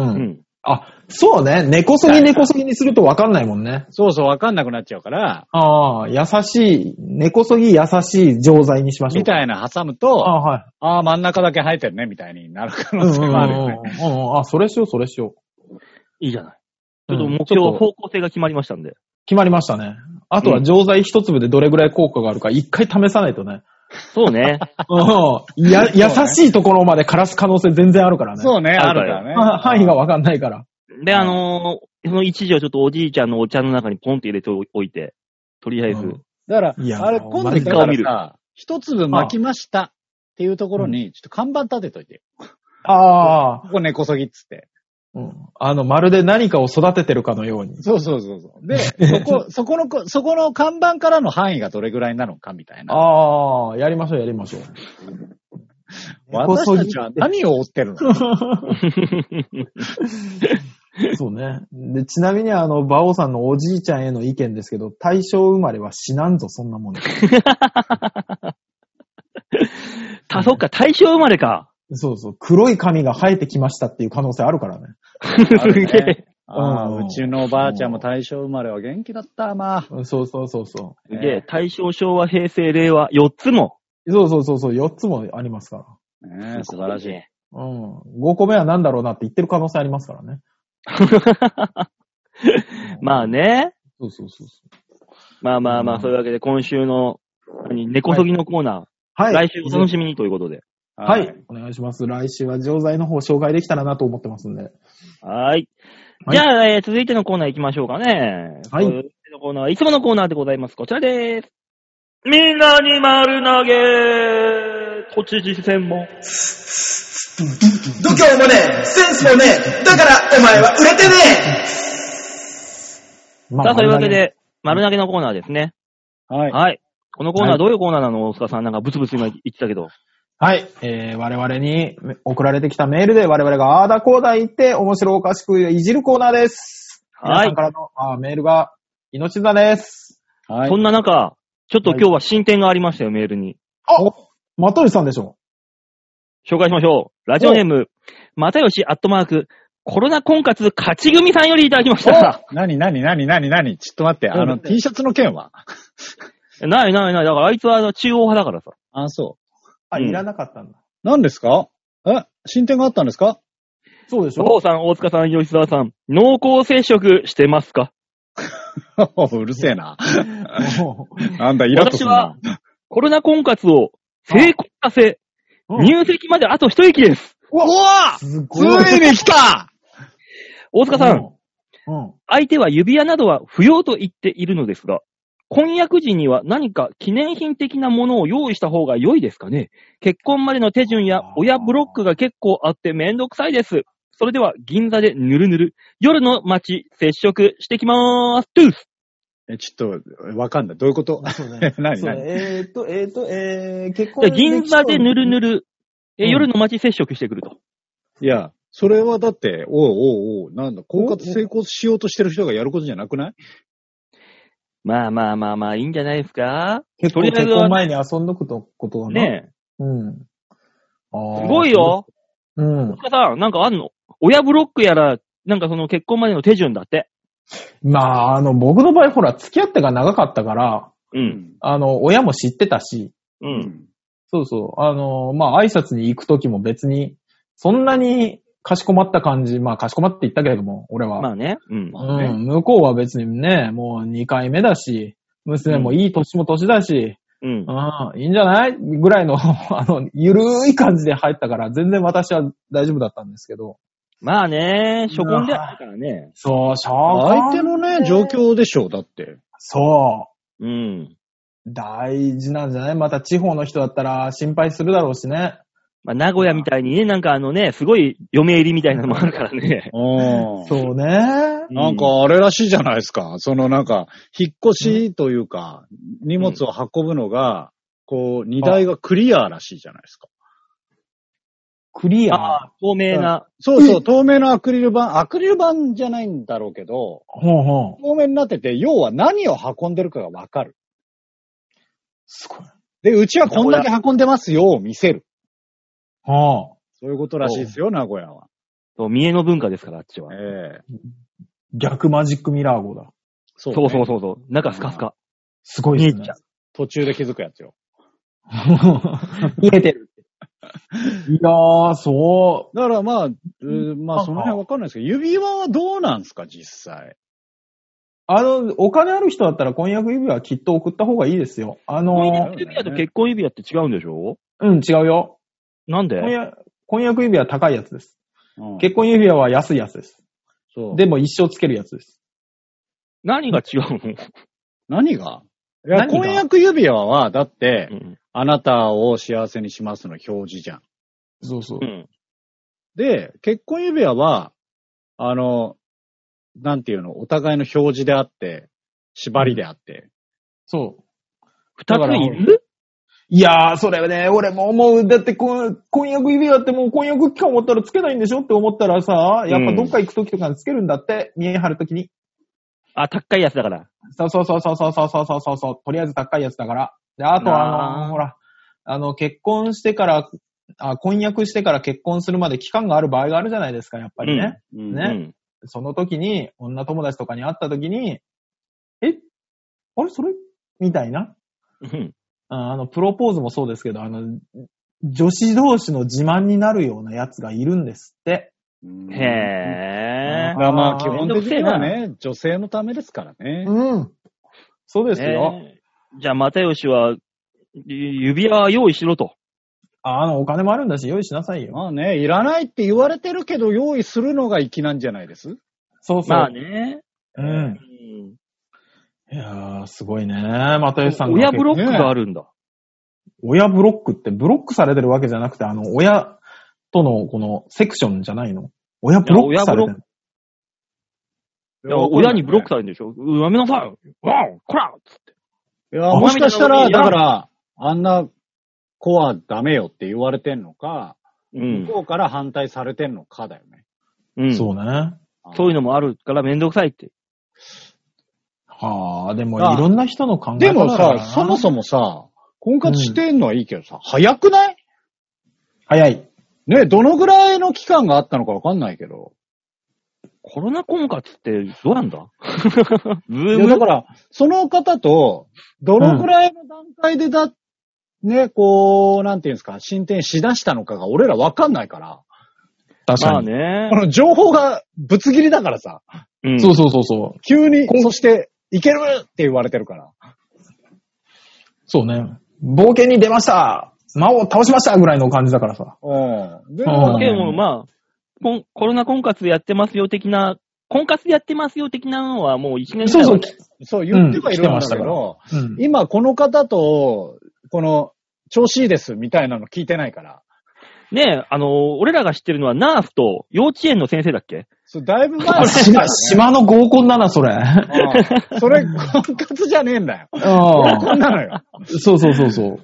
B: うん
C: うん。
B: ん。
C: あ、そうね。根こそぎ根こそぎにするとわかんないもんね。
D: そうそうわかんなくなっちゃうから、
C: ああ、優しい、根こそぎ優しい錠剤にしましょう。
D: みたいな挟むと、
C: あ
D: あ
C: あ、はい。
D: あー、真ん中だけ生えてるね、みたいになる可
C: うん
D: 能
C: うん
D: 性
C: うん
D: もあるよね。
C: うんうんあ、それしよう、それしよ
B: いいじゃない。ち
C: う。
B: ょっと目標、
C: うんちょっと
B: 方向性が決まりましたんで。
C: 決まりましたね。あとは錠剤一粒でどれぐらい効果があるか一回試さないとね。
B: そうね。
C: うん。や、優しいところまで枯らす可能性全然あるからね。
D: そうね、あ
B: あ
D: る
B: る
D: か
B: からら
D: ね。
C: は範囲がわかんないから。
B: で、あのーその一時をちょっとおじいちゃんのお茶の中にポンって入れておいて、とりあえず。
C: うん
D: だか
C: いや
D: ら、あれ、
C: もう
D: 今度
C: マジ
B: で
D: だか
B: 顔見
D: ら
B: る
D: さ、一粒巻きましたっていうところに、ちょっと看板立てといてよ。
C: ああ、
D: ここ根こそぎっつって。
C: うん。あの、まるで何かを育ててるかのように。
D: そうそうそうそう。 で、そこ、そこのこ、そこの看板からの範囲がどれぐらいなのかみたいな。
C: ああ、やりましょう、やりましょう。
D: 私たちは何を追って るの
C: そうね。で、ちなみにあの、馬王さんのおじいちゃんへの意見ですけど、大正生まれは死なんぞ、そんなもの。
B: た、そっか、大正生まれか。
C: そうそう。黒い髪が生えてきましたっていう可能性あるからね。
D: あるね
B: すげえ
D: あ
C: う
D: あ、
C: ん
D: うちのばあちゃんも大正生まれは元気だった、まあ。
C: うんそうそうそうそ
B: す
D: ね
B: げえ。大正、昭和、平成、令和、4つも。
C: う。そうそうそうそう、4つもありますから。
D: ねえ素晴らしい。
C: うん。5個目は何だろうなって言ってる可能性ありますか らね。
B: まあね。
C: そうそうそうそう。
B: まあまあま
C: う
B: あ、
C: ん
B: そういうわけで、今週の、何、根こそぎのコーナー、
C: はい。
B: 来週お楽しみにということで。
C: はい、お願いします。来週は錠剤の方紹介できたらなと思ってますんで。
B: はーい。
C: はい
B: じゃあ、えー続いてのコーナー行きましょうかね。
C: はい
B: 続いてのコーナーは、いつものコーナーでございます。こちらでーす。みんなに丸投げ都知事選も。
A: 度胸もねえ、センスもねえ、だからお前は売れてねえ
C: ま
B: さあ、というわけ
C: 丸投げ。
B: で、丸投げのコーナーですね。
D: はい。
B: はい。このコーナー
C: はい
B: どういうコーナーなの大塚さん、なんかブツブツ今言ってたけど。
C: はい。えー、我々に送られてきたメールで我々があーだこーだ言って面白おかしくいじるコーナーです。
B: はい
C: 皆さんからのあーメールが命座です。
D: はい
B: そんな中、ちょっと今日は進展がありましたよ、メールに。
C: あまとりさんでしょ
B: 紹介しましょう。ラジオネーム、またよしアットマーク、コロナ婚活勝ち組さんよりいただきました。
D: 何、何、何、何、何、ちょっと待って、あ
C: う
D: の、
C: ん
D: T シャツの件は
B: ないないない。だからあいつはあの中央派だからさ。
D: あ、そ
C: あ、
B: うん
C: いらなかったんだ。
D: う。何ですかえ進展があったんですか
C: そうでし
B: 馬王
C: ょ
B: さん、大塚さん、吉沢さん、濃厚接触してますか
D: うるせえな。
C: もう
D: なんだ、イラッとするな。
B: コロナ婚活を成功させ、
C: うん
B: 入籍まであと一息です。
D: うわ
C: す
D: つ
C: ごい。
D: いに来た
B: 大塚さん、
C: うん。うん。
B: 相手は指輪などは不要と言っているのですが、婚約時には何か記念品的なものを用意した方が良いですかね結婚までの手順や親ブロックが結構あってめんどくさいです。それでは銀座でぬるぬる、夜の街接触してきまーす。トゥース
D: え、ちょっと、わかんない。どういうこと
C: そう ね
D: 何
C: そうね
D: 何
C: えーっと、えーっと、えー、結
B: じゃあ
C: 婚
B: 銀座でぬるぬ
C: る。
B: る、え
C: うん
B: 夜の街接触してくると。
D: いや、それはだって、おうおうおう、なんだ、婚活成功しようとしてる人がやることじゃなくない
B: まあまあまあまあ、いいんじゃないですか
C: 結
B: と
C: 婚
B: りあえ
C: 結
B: ず
C: 婚前に遊んどくとことだな。
B: ねえ。
C: うん。あー
B: すごい。よ。
C: うん
B: 大。塚さん、なんかあんの親ブロックやら、なんかその結婚までの手順だって。
C: まあ、あの、僕の場合、ほら、付き合ってが長かったから、
B: うん。
C: あの、親も知ってたし、
B: う。
D: うんん。
C: そうそう、あの、まあ、挨拶に行くときも別に、そんなにかしこまった感じ、まあ、かしこまって言ったけれども、俺は。
B: まあね。うん。
D: まあね
C: うん、向こうは別にね、もう2回目だし、娘もいい年も年だし、
B: うん
C: う。ん、いいんじゃないぐらいの、 あの、ゆるい感じで入ったから、全然私は大丈夫だったんですけど。
B: まあね、初婚ではないからね。
C: そう、しょう
D: 相手のね、状況でしょう、だって。
C: そう。
B: うん。
C: 大事なんじゃないまた地方の人だったら心配するだろうしね。
B: まあ、名古屋みたいにね、なんかあのね、すごい嫁入りみたいなのもあるからね。
D: うん。
C: そうね。
D: なんかあれらしいじゃないですか。そのなんか、引っ越しというか、荷物を運ぶのが、こう、荷台がクリアらしいじゃないですか。
C: クリア。
B: ああ、透明な。
D: そうそう、透明のアクリル板、アクリル板じゃないんだろうけど、
C: ほうほう。
D: 透明になってて、要は何を運んでるかがわかる。
C: すごい。
D: で、うちはこんだけ運んでますよを見せる。
C: はあ。
D: そういうことらしいですよ、名古屋は。
B: そう、三重の文化ですから、あっちは。
D: ええ
C: 逆マジックミラー号だ。
D: そ
B: そうそう
D: ね。
B: そうそう。中スカスカ。
C: すごいです
B: 見え
C: ね
B: ちゃ。
D: 途中で気づくやつよ。
C: 見えてる。いやー、そ
D: だからまあ、うーまあ
C: なんか
D: その辺わかんないですけど、指輪はどうなんですか、実際。
C: う。あの、お金ある人だったら婚約指輪きっと送った方がいいですよ。あ
B: 婚
C: の
B: 約指輪と結婚指輪って違うんでしょ
C: ー、うん、違うよ。
B: なんで
C: 婚約婚約指輪高いやつです。
D: うん
C: 結婚指輪は安いやつです。
D: そう。
C: でも一生つけるやつです。
B: 何が違うの
D: 何がいや、
C: 何が
D: 婚約指輪は、だって、
B: うん
D: あなたを幸せにしますの表示じゃん。
C: そうそう
B: う。ん。
D: で、結婚指輪は、あの、なんていうの、お互いの表示であって、縛りであって。
C: そう。
B: 二ついる
C: いやー、それね、俺も思う。だってこう、婚約指輪ってもう婚約期間終わったらつけないんでしょって思ったらさ、やっぱどっか行くときとかにつけるんだって、見え張るときに。
B: あ、高いやつだから。
C: そうそうそうそうそうそうそうそうそうとりあえず高いやつだから。で、あとはあ
B: あー
C: の、ほら、あの、結婚してから、あ、婚約してから結婚するまで期間がある場合があるじゃないですか、やっぱりね。
D: うん
C: ねその時に、女友達とかに会った時に、えあれそれみたいな。
B: うん。うん
C: ああの、プロポーズもそうですけど、あの、女子同士の自慢になるようなやつがいるんですって。
D: うん
B: へ
D: だ
B: ぇ
D: からまあ、基
B: めん
D: 本
B: どく
D: 的
B: せえ
D: に
B: な
D: はね、女性のためですからね。
C: うん。そうですよ。
B: じゃあ、又吉は、ゆ指輪用意しろと。
C: ああの、お金もあるんだし、用意しなさいよ。
D: まあね、いらないって言われてるけど、用意するのが粋なんじゃないです
C: そうそう。
B: まあね。
C: うん。いやー、すごいね。又吉さんが
B: 親ブロックがあるんだ。
C: 親ブロックってブロックされてるわけじゃなくて、あの、親とのこのセクションじゃないの親ブロックされてる。
B: いや親にブロックされるんでしょうんやめなさいわおこらっつって。
D: いや、もしかしたら、だから、あんな子はダメよって言われてんのか、
B: うん
D: 向こうから反対されてんのかだよね。
B: うん。
C: そうね。
B: そういうのもあるからめんどくさいって。
C: はあ、でも
D: あ
C: いろんな人の考え
D: でも
C: 方だから
D: さ
C: な、
D: そもそもさ、婚活してんのはいいけどさ、早くない
C: 早い。
D: ね、どのぐらいの期間があったのかわかんないけど。
B: コロナ婚活ってどうなんだブ
D: いや、
B: ーム
D: だから、その方と、どのぐらいの段階でだ、ね、こう、なんていうんですか、進展しだしたのかが俺らわかんないから、
C: 確
B: まあ
C: ね。
B: ね
D: こ。の情報がぶつ切りだからさ、
B: うん
C: そうそうそうそう。
D: 急に、そして、いけるって言われてるから。
C: そうね。冒険に出ました魔王倒しましたぐらいの感じだからさ。
D: うん。で、
C: うん
B: でもまあ、コンコロナ婚活やってますよ的な、婚活やってますよ的なのはもう一年ぐ
C: そ
B: ら
C: う
B: い
C: そ
B: は
D: そ
B: ね
C: う。
D: う言ってはいるんだけど、
C: うん、
D: 今この方と、この、調子いいですみたいなの聞いてないから、
B: ねえ、あの、俺らが知ってるのはナースと幼稚園の先生だっけ
D: そうだいぶ前の
C: 島、島の合コンだな、それ。
D: うんそれ、婚活じゃねえんだよ。
C: うん。
D: こんなのよ。
C: そうそうそうそう。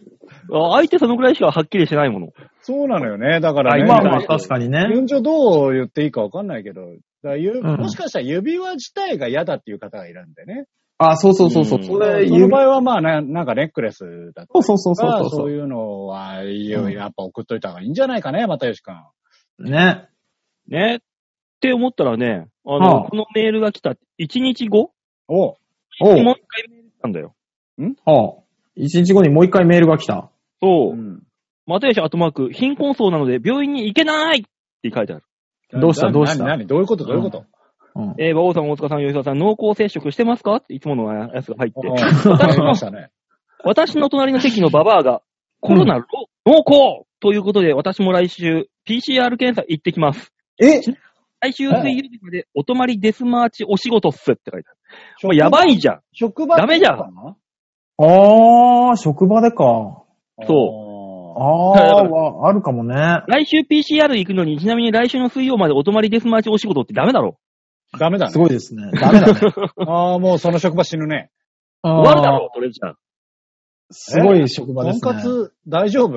B: あ相手そのぐらいしかはっきりしてないもの。
D: そうなのよね。だからね、
C: まあまあ、確かにね。
D: 現状どう言っていいかわかんないけど、だからゆ
C: うん
D: もしかしたら指輪自体が嫌だっていう方がいるんでね。
C: あ、そうそうそうそうう。
B: ん
C: それ、
D: その場合はまあな、なんかネックレスだったり
C: そうそうそう
D: とか、
C: そう
D: そ
C: そう
D: いうのは、いいよ
C: うん
D: やっぱ送っといた方がいいんじゃないかね、またよしくん。
C: う。ね。
B: ねって思ったらね、あの、
C: はあ
B: このメールが来た1日後
D: お
C: お
B: にもう
C: う。
B: 一回メール来たんだよ。
C: はあ。一日後にもう一回メールが来た。
B: そうう。
D: ん
B: 又吉後マーク、貧困層なので病院に行けないって書いてある。
C: どうした
D: な
C: どうした
D: な何どういうことどういうこと、
C: うん。
B: えー、馬王さん、大塚さん、吉沢さん、濃厚接触してますかっていつものやつが入って。
D: おわかりました ね。
B: 私の隣の席のババアが、コロナろ濃厚ということで、私も来週、PCR 検査行ってきます。
C: え
B: 来週水曜日までお泊まりデスマーチお仕事っすって書いてある。もうやばいじゃん。
D: 職場
B: ダメじゃん
D: ん。
C: あー、職場でか。
B: そう
C: あ
B: だか
C: あ
B: ら
C: は、あるかもね。
B: 来週 PCR 行くのに、ちなみに来週の水曜までお泊まりデスマーチお仕事ってダメだろ。
D: ダメだ
C: す
D: ね。
C: ごいですね。ダメ だね。
D: ああ、もうその職場死ぬね。
B: 終わるだ
C: あー
B: ろ、それじゃあ。
C: すごい職場
D: と
C: で
D: ん
C: すね。
D: かつ大丈夫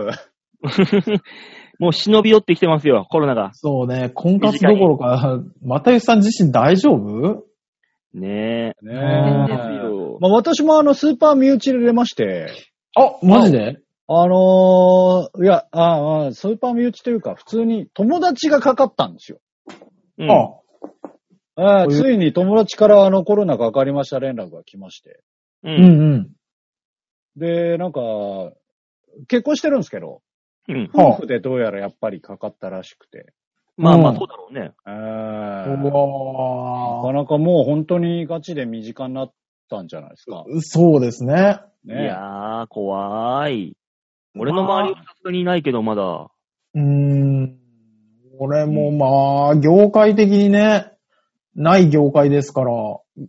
B: もう忍び寄ってきてますよ、コロナが。
C: そうね、婚活どころか、又吉さん自身大丈夫
B: ねえ。
D: ねえ。
C: あー
D: まあ私もあの、スーパー身内入れまして、
C: あ、マジで
D: あのーいや、あーあー、スーパー身内というか、普通に友達がかかったんですよ。
B: うん
C: あ、
D: あー
C: おい
D: ついに友達からあのコロナかかりました連絡が来まして。
B: う
C: うん
B: ん。
C: うん。
D: で、なんか、結婚してるんですけど、
B: うん。
C: はあ
D: 夫婦でどうやらやっぱりかかったらしくて。
B: まあまあ、
C: うん
B: そうだろうね。
D: えーな
C: う
D: か
C: わ
D: なかもう本当にガチで身近になったんじゃないですか。
C: ーそうですね。
B: い
D: ね、
B: やー、怖い。俺の周りはさすがにいないけど、まだ。
C: うーん。俺もまあ、業界的にね、ない業界ですから、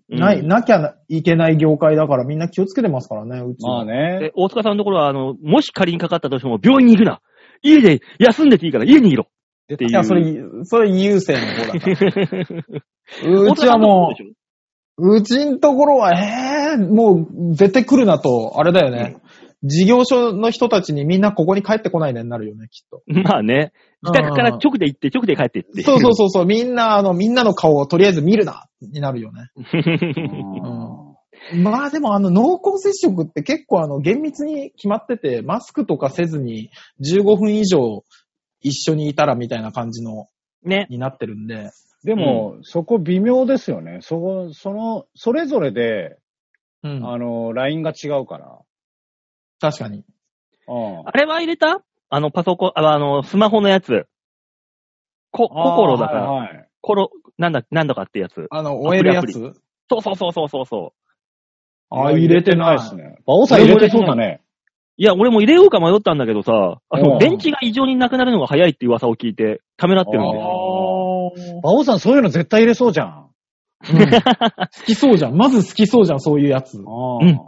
C: ない、
B: うん
C: なきゃいけない業界だからみんな気をつけてますからね、うちは
D: まあ。ね。
B: で大塚さんのところは、あの、もし仮にかかったとしても、病院に行くな。家で休んでていいから、家にいろ。っていう。
C: いや、それ、それ優先の方だ から。う
B: 大
C: ち
B: 塚さ
C: は
B: んのところ
C: も
B: でしょ、
C: う、うちんところは、ええもう絶対来るなと、あれだよね。事業所の人たちにみんなここに帰ってこないねになるよね、きっと。
B: まあね。自宅から直で行って、直で帰ってってい。
C: そうそうそうそう、みんな、あの、みんなの顔をとりあえず見るな、になるよね。まあでもあの濃厚接触って結構あの厳密に決まってて、マスクとかせずに15分以上一緒にいたらみたいな感じの、
B: ね。
C: になってるんで。
D: でも、そこ微妙ですよね。そこ、その、それぞれで、
C: うん。
D: あの、ラインが違うから。
C: 確かに。
D: うん
B: あれは入れたあの、パソコン、ああの、スマホのやつ。こ、心だから。
D: はいはい
B: コロ、なんだ、なんだかってやつ。
C: あの、終えるや
B: アプ
C: つ
B: そうそうそうそうそうそう。
C: あ
D: いや
C: 入れてない
D: ですね。馬王さん入れてそうだね。
B: いや、俺も入れようか迷ったんだけどさ、あ
D: う
B: の、
D: ん
B: 電池が異常になくなるのが早いっていう噂を聞いて、ためらってるんで。
C: あ
D: 馬王さんそういうの絶対入れそうじゃん。
C: ーうん 好きそうじゃん。まず好きそうじゃん、そういうやつ。
D: うん
B: うん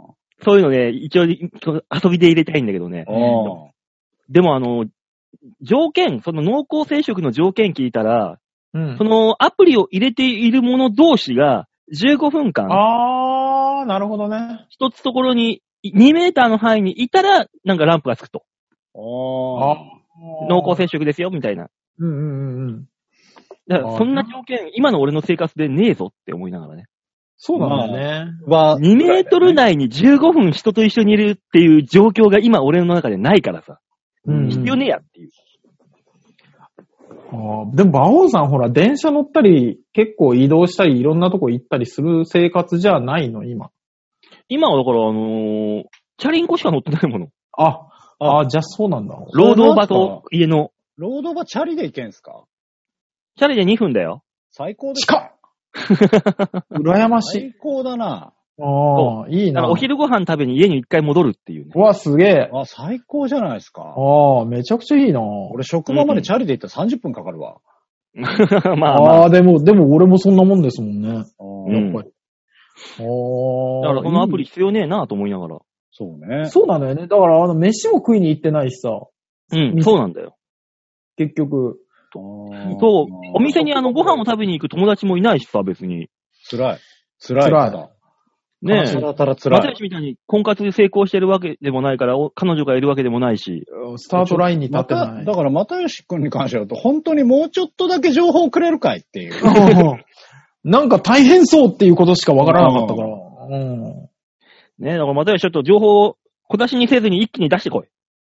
B: そういうのね、一応、遊びで入れたいんだけどね。
D: うん
B: でもあの、条件、その濃厚接触の条件聞いたら、
C: うん
B: そのアプリを入れている者同士が、15分間、
C: あー、なるほどね。
B: 一つところに、2メーターの範囲にいたら、なんかランプがつくと。
D: ああ。
B: 濃厚接触ですよ、みたいな。
C: うんうんうんうん。
B: だから、そんな条件、今の俺の生活でねえぞって思いながらね。
C: そうなんだよね。
D: は
B: 2メートル内に15分人と一緒にいるっていう状況が今俺の中でないからさ。
C: うん
B: 必要ねえやっていう。
C: あーでも、馬王さんほら、電車乗ったり、結構移動したり、いろんなとこ行ったりする生活じゃないの、今。
B: 今はだから、あのーチャリンコしか乗ってないもの。
C: あ、あーじゃあそうなんだ。
B: 労働場と家の。
D: ロードバチャリで行けんすか
B: チャリで2分だよ。
D: 最高ですね
C: 近っ 羨ましい。
D: 最高だな。
C: ああ、いい
B: だか
C: な。
B: らお昼ご飯食べに家に1回戻るっていうね
C: う。わ、すげえ。
D: あ、最高じゃないですか。
C: ああ、めちゃくちゃいいな。
D: 俺、職場までチャリで行ったら30分かかるわ。
B: ま あまあ。
C: ああー、でも、でも俺もそんなもんですもんね。やっ
B: う
D: うんん
C: ぱり。あ
B: だ
C: あ。
B: からこのアプ
C: い
B: リ必要ねえなと思いながら。
D: そう
C: い
D: ね。
C: そうなのよね。だから、あの、飯も食いに行ってないしさ、
B: うん、そうなんだよ。
C: 結局。
B: そ、
D: そう
B: お店にあのご飯を食べに行く友達もいないしさ、別に。
D: 辛い。辛い。
C: 辛
D: た
C: い
D: だ
B: ね
D: た
B: え。
D: だただ辛
B: 私
D: い。
B: みたいに婚活で成功してるわけでもないから、お彼女がいるわけでもないし。
C: スタートラインに立
D: ま
C: ってな
D: た、
C: い。
D: だから、又吉君に関してだと、本当にもうちょっとだけ情報をくれるかいっていう。
C: なんか大変そうっていうことしかわからなかったから。うん。
B: ねえ、だからまたちょっと情報を小出しにせずに一気に出してこい。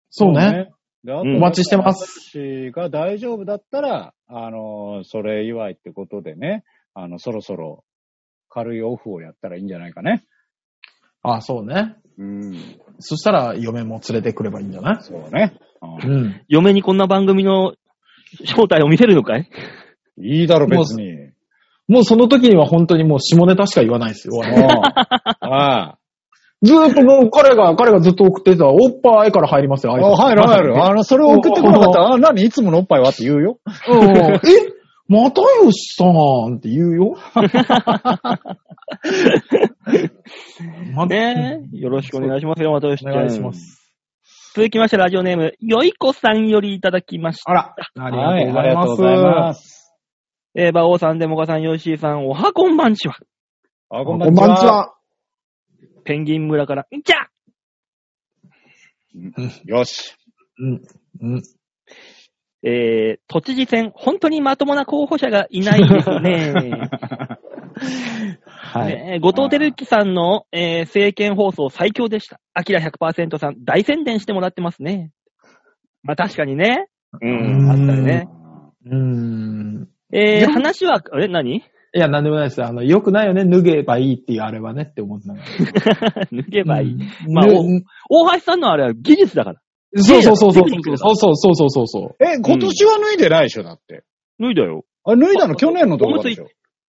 C: そうね。。
D: であと
B: うん
C: お待ちしてます。
D: 私が大丈夫だったら、あの、それ祝いってことでね、あの、そろそろ軽いオフをやったらいいんじゃないかね。
C: あ、そうね。
D: うん。
C: そしたら嫁も連れてくればいいんじゃない
D: そうね。
C: う。
D: うん
B: 嫁にこんな番組の正体を見せるのかい
D: んいいだろ、別に。
C: もうその時には本当にもう下ネタしか言わないです よ。
D: うんああ。
C: ずーっともう彼が、彼がずっと送ってた、おっぱいから入りますよ、
D: あ、入る入る。
C: あ
D: あの、それを送ってこなかったら、あ、何いつものおっぱいはって言うよ。
C: うん。えまたよしさんって言うよ。ま
B: ねえ。よろしくお願いしますよ、またよしちゃん
C: お願いします。
B: 続きまして、ラジオネーム、よいこさんよりいただきました。
C: あら、ありがとうご
D: はい
C: ざいます。
D: ありがとうございます。
B: えー、馬王さん、デモカさん、ヨッシーさん、おはこんばんちは。
D: あ、
C: こ
D: こ
C: ん
D: ん
C: ば
D: ば
C: ん
D: ん
C: ち
D: ちは。
C: は。
B: ペンギン村から、んちゃ
D: よし。
C: うん。うん。
B: えー、都知事選、本当にまともな候補者がいないです ね。
D: は。
B: ねえ後藤照樹さんの、えー政見放送最強でした。アキラ100%さん、大宣伝してもらってますね。まあ確かにね。うん、あったよね。
C: うーん。
B: え
C: で
B: ー、
C: も
B: 話は、え、何
C: いや、なんでもないです。あの、良くないよね。脱げばいいっていうあれはねって思ったの。
B: 抜けばいい。
C: うん
B: まあ
C: ぬ
B: お大橋さんのあれは技術だから。
C: そうそうそうそう
B: いいよ。
C: そうそうそうそうそう。
D: え、今年は脱いでないでしょ、だって。
B: 脱いだよ。
D: あ、脱いだの去年の動画でしょ。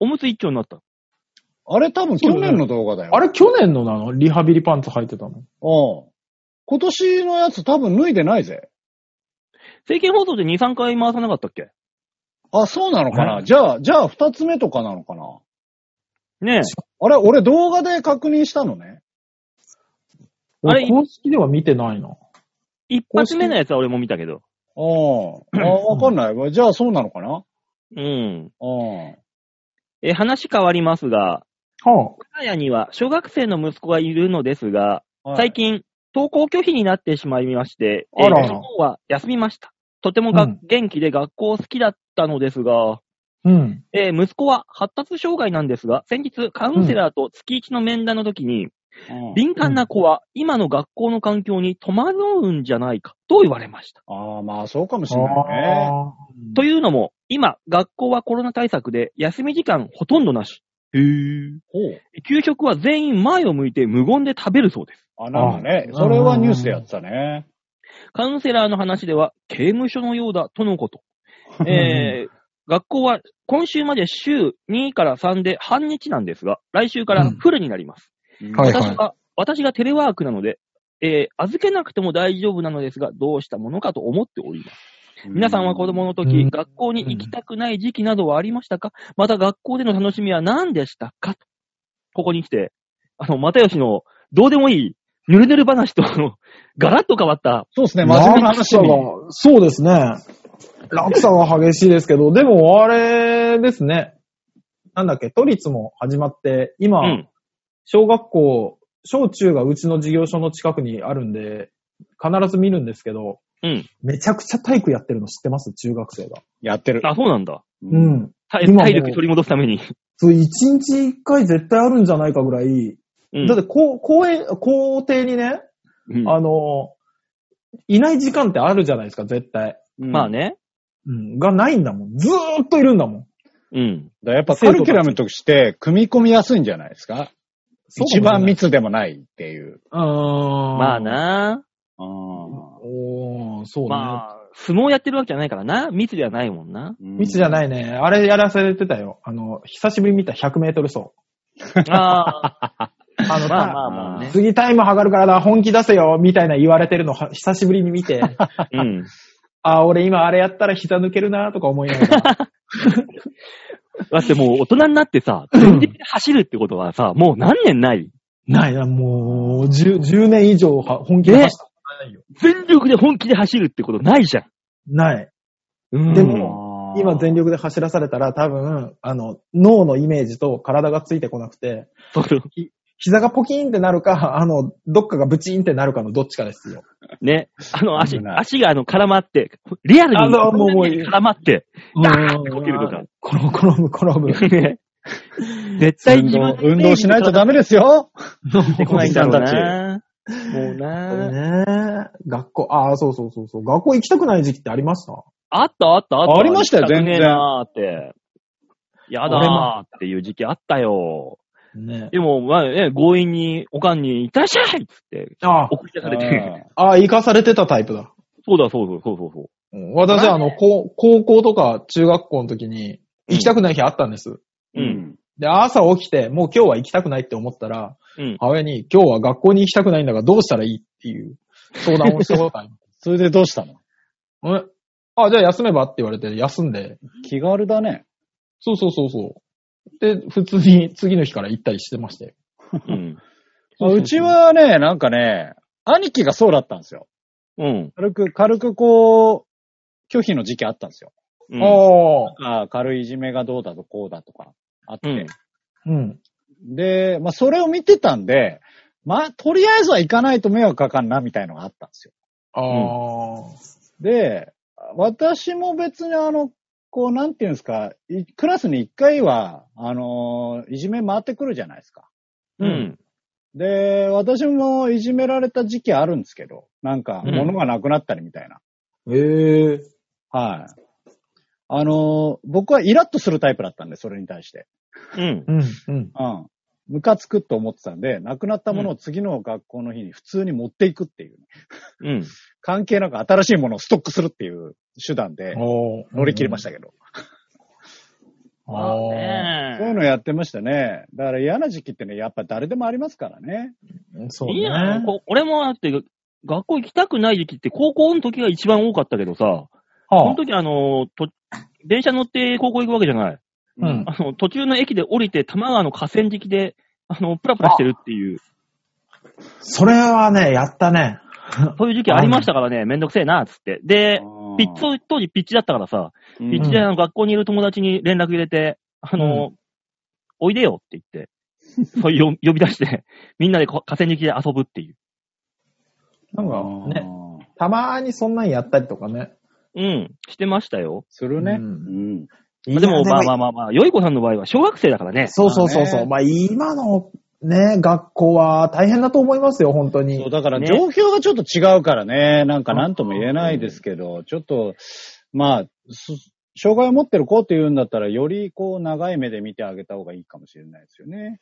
B: おむつ一丁になった。
D: あれ多分去年の動画だよ。
C: あれ去年のなのリハビリパンツ履いてたの
D: うん。今年のやつ多分脱いでないぜ。
B: 政見放送で2、3回回さなかったっけ
D: あ、そうなのか
C: は
D: なじゃあ、じゃあ二つ目とかなのかな
B: ね
D: あれ、俺動画で確認したのね。
B: あれ
C: 俺公式では見てないな。
B: え。一発目のやつは俺も見たけど。
D: うん。あ、わかんない。じゃあそうなのかな
B: うん。
D: うん。
B: えー話変わりますが、
C: は
B: 我が家には小学生の息子がいるのですが、
D: はい
B: 最近、登校拒否になってしまいまして、
C: あら
B: えー昨日は休みました。とてもが、
C: うん
B: 元気で学校好きだったのですが、
C: あ。うん。
B: えー息子は発達障害なんですが、先日カウンセラーと月一の面談の時に、
D: うん
B: 敏感な子は今の学校の環境に戸惑うんじゃないかと言われました。
D: ああ、まあそうかもしれないね。
C: あー
B: というのも、今、学校はコロナ対策で休み時間ほとんどなし。へぇ
D: ほう。
B: 給食は全員前を向いて無言で食べるそうです。
D: あ、なんかね。それはニュースでやってたね。
B: カウンセラーの話では、刑務所のようだとの こと。えー、学校は今週まで週2から3で半日なんですが、来週からフルになります。
D: うん
C: はい
B: 私が、私がテレワークなので、えー、預けなくても大丈夫なのですが、どうしたものかと思っております。皆さんは子供の時、
C: うん
B: 学校に行きたくない時期などはありましたかまた学校での楽しみは何でしたかとここに来て、あの、又吉のどうでもいい、ぬるぬる話と、あのガラッと変わった、
D: そうですね、真面目な話に。
C: 落差がそうですね。落差は激しいですけど、でもあれですね。なんだっけ、都立も始まって、今、
B: うん
C: 小学校、小中がうちの事業所の近くにあるんで、必ず見るんですけど、
B: うん
C: めちゃくちゃ体育やってるの知ってます中学生が。
D: やってる。
B: あ、そうなんだ。
D: う
C: う。ん。
B: 体
C: 今もう
B: 体力取り戻すために。
C: そう、一日一回絶対あるんじゃないかぐらい、
B: うん
C: だって、こう、公園、校庭にね、
B: うん
C: あの、いない時間ってあるじゃないですか、絶対。
B: まあ。ね。
C: うん、がないんだもん。ずーっといるんだもん。
B: うん。
D: だからやっぱカリキュラムとして組み込みやすいんじゃないですか一番
C: 見
D: 密でもないっていう。
C: うーん。
B: まあ。な
D: ああ。。
C: おー、そうね。
B: まあ、相撲やってるわけじゃないからな。密ではないもんな
C: 密じゃ
D: い。
C: ないね。あれやらされてたよ。あの、久しぶりに見た100メートル走。
B: あ
C: あ
B: あ、
C: の、
B: まあ
C: た
B: まあまあね。
C: 次タイム測るからな、本気出せよ、みたいな言われてるのは久しぶりに見て、
B: うん。
C: あー、俺今あれやったら膝抜けるな、とか思いながら。
B: だってもう大人になってさ、全力で走るってことはさ、もう何年ない
C: ないな、もう10、10年以上は本気で走ったことないよ。
B: 全力で本気で走るってことないじゃん。
C: ない。
B: うん
C: でも今全力で走らされたら多分、あの、脳のイメージと体がついてこなくて、
B: そうそう
C: 膝がポキーンってなるか、 あの、どっかがブチーンってなるかのどっちかですよ。
B: ね。あの、足
D: 危、ない
B: 足があの、絡まって、リアルに
C: あのもうもう
B: 絡まって、ダーンってこけるとか。
C: 転ぶ、転ぶ、 転ぶ。
B: ね絶対
D: 運
B: 自
D: 動
B: 分、
D: 運動しないとダメですよ。
B: でこないんだろうな。もうな。
C: ねえ学校、ああ、そうそうそうそう。学校行きたくない時期ってありました
B: あったあったあった。
D: ありましたよ全然
B: 行きくねえなーって。や
C: 俺
B: だ
C: も
B: ーっていう時期あったよ。
C: ね
B: でも、まあね、強引に、おかんに、いらっしゃいっつって、
C: あ
B: 送り出されて。
C: あ、生かされてたタイプだ。
B: そうだ、そうだ、そうそうそう。
C: うん私はあの、高高校とか中学校の時に行きたくない日あったんです。
D: う
B: うんん。
C: で、朝起きて、もう今日は行きたくないって思ったら、
B: うん
C: 母親に今日は学校に行きたくないんだがどうしたらいいっていう相談をしたことある。
D: それでどうしたの
C: えあ、じゃあ休めばって言われて休んで、
D: 気軽だね。
C: そうそうそうそう。で、普通に次の日から行ったりしてましたよ。
B: うん。
D: うちはね、なんかね、兄貴がそうだったんですよ。
B: うん。
D: 軽く、軽くこう、拒否の時期あったんですよ。
B: うん
C: ああ。
D: あー軽いいじめがどうだとこうだとか、あって。
B: うん
C: うん。
D: で、まあ、それを見てたんで、まあ、とりあえずは行かないと迷惑かかんな、みたいのがあったんですよ。
C: ああ。
D: で、私も別にあの、こう、なんていうんですか、いクラスに一回は、あのーいじめ回ってくるじゃないですか。
B: うん。
D: で、私もいじめられた時期あるんですけど、なんか、
B: うん
D: 物がなくなったりみたいな。
C: ええ
D: はい。あのー僕はイラッとするタイプだったんで、それに対して。
B: うん。
C: うん。うん。
D: うん。ムカつくと思ってたんで、なくなったものを次の学校の日に普通に持っていくっていう。
B: うん。
D: 関係なく新しいものをストックするっていう手段で
C: お。
D: 乗り切りましたたけど。
C: ああ。
D: そういうのやってましたね。だから嫌な時期ってね、やっぱ誰でもありますからね。
C: そう
B: いいや
C: ね
B: ん。。こ俺もだって、学校行きたくない時期って高校の時が一番多かったけどさ、そ
C: は
B: の時あの、と、電車乗って高校行くわけじゃない。
C: うん
B: あの、途中の駅で降りて、多摩川の河川敷で、あの、プラプラしてるっていう、
C: それはね、やったね。
B: そういう時期ありましたからね、めんどくせえな、つって。で、ピッ
D: を
B: チ、当時ピッチだったからさ、ピ
D: ピ
B: ッチであの学校にいる友達に連絡入れて、あの、おいでよって言って、そういう呼び出して、みんなでこ河川敷で遊ぶっていう。
C: なんかね、たまーにそんなんやったりとかね。
B: うん、してましたよ。
D: するね。
C: う
D: うんん。
B: まあでも、まあま
C: あ。
B: あまあまあ、よい子さんの場合は小学生だからね。
C: そうそうそうそ
D: まあ
C: う。
D: ね
C: まあ今のね、学校は大変だと思いますよ、本当
D: そう、
C: に。
D: だから
B: ね
D: 状況がちょっと違うからね、なんかなんとも言えないですけど、ちょっと、まあ、す障害を持ってる子っていうんだったら、よりこう、長い目で見てあげた方がいいかもしれないですよね。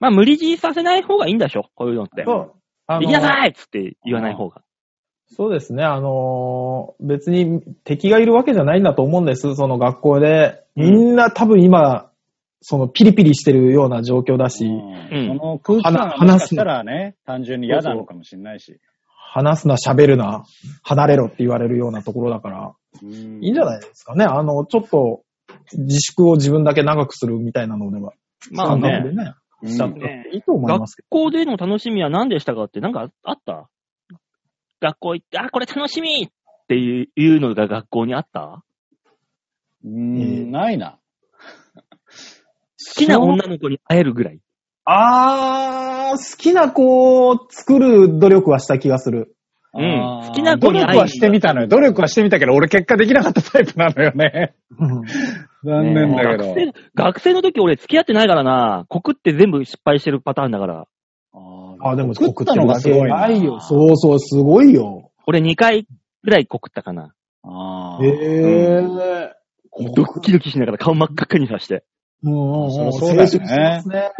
B: まあ無理強いさせない方がいいんだでしょ、こういうのって。
C: そう。あ
B: 行
C: の
B: きなさいっつって言わない方が。
C: そうですね。あのー別に敵がいるわけじゃないんだと思うんです。その学校で。みんな多分今、そのピリピリしてるような状況だし、
D: うん
B: う
D: そ
B: ん
D: の空気感が
C: 話
D: もしかしたらね、単純に嫌なのかもしれないし。
C: 話すな、喋るな、離れろって言われるようなところだから、いいんじゃ
D: ない
C: ないですかね。あの、ちょっと、自粛を自分だけ長くするみたいなのでは、
B: まあ
C: 感覚
B: ね。
C: でね、
D: うん
C: したっていいと思い
B: 学
C: ますけ
B: 校での楽しみは何でしたかって、なんかあった学校行って、あ、これ楽しみっていういうのが学校にあった
D: う
C: えー
D: ん、ないな。
B: 好きな女の子に会えるぐらい。
C: ど。あー、好きな子を作る努力はした気がする。
B: うん
D: あー
B: 好きな子に会い
D: 努
B: に
D: 力はしてみたのよ。努力はしてみたけど、俺結果できなかったタイプなのよね。残念だけど。
B: ね学生の時俺付き合ってないからな、告って全部失敗してるパターンだから。
D: あ
C: あ、でも
D: 食ったのがすごいな。
C: ないよ。そうそう、すごいよ。
B: 俺2回ぐらい告ったかな。
D: あー
C: へえー。
B: ドキドキしながら顔真っ赤っかにさして。
C: もう、
D: そりゃ
C: そ
D: そうう
C: だ
D: だ
C: よ
D: よね
C: ね。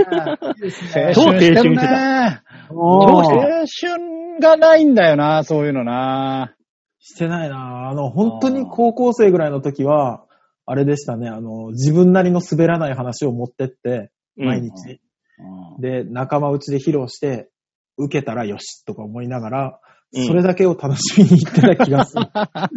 C: いいですね
D: 青
B: 超青
D: 春し
B: 春
D: てる
B: 見て
D: ね。
C: も
D: 青
C: う
D: 春がないんだよな、そういうのな。
C: してないな。あの、本当に高校生ぐらいの時は、あれでしたね。あの、自分なりの滑らない話を持ってって、
B: うん
C: 毎日。
D: うん
C: で、仲間内で披露して、受けたらよしとか思いながら、
B: うん
C: それだけを楽しみに行ってた気がする。
B: だか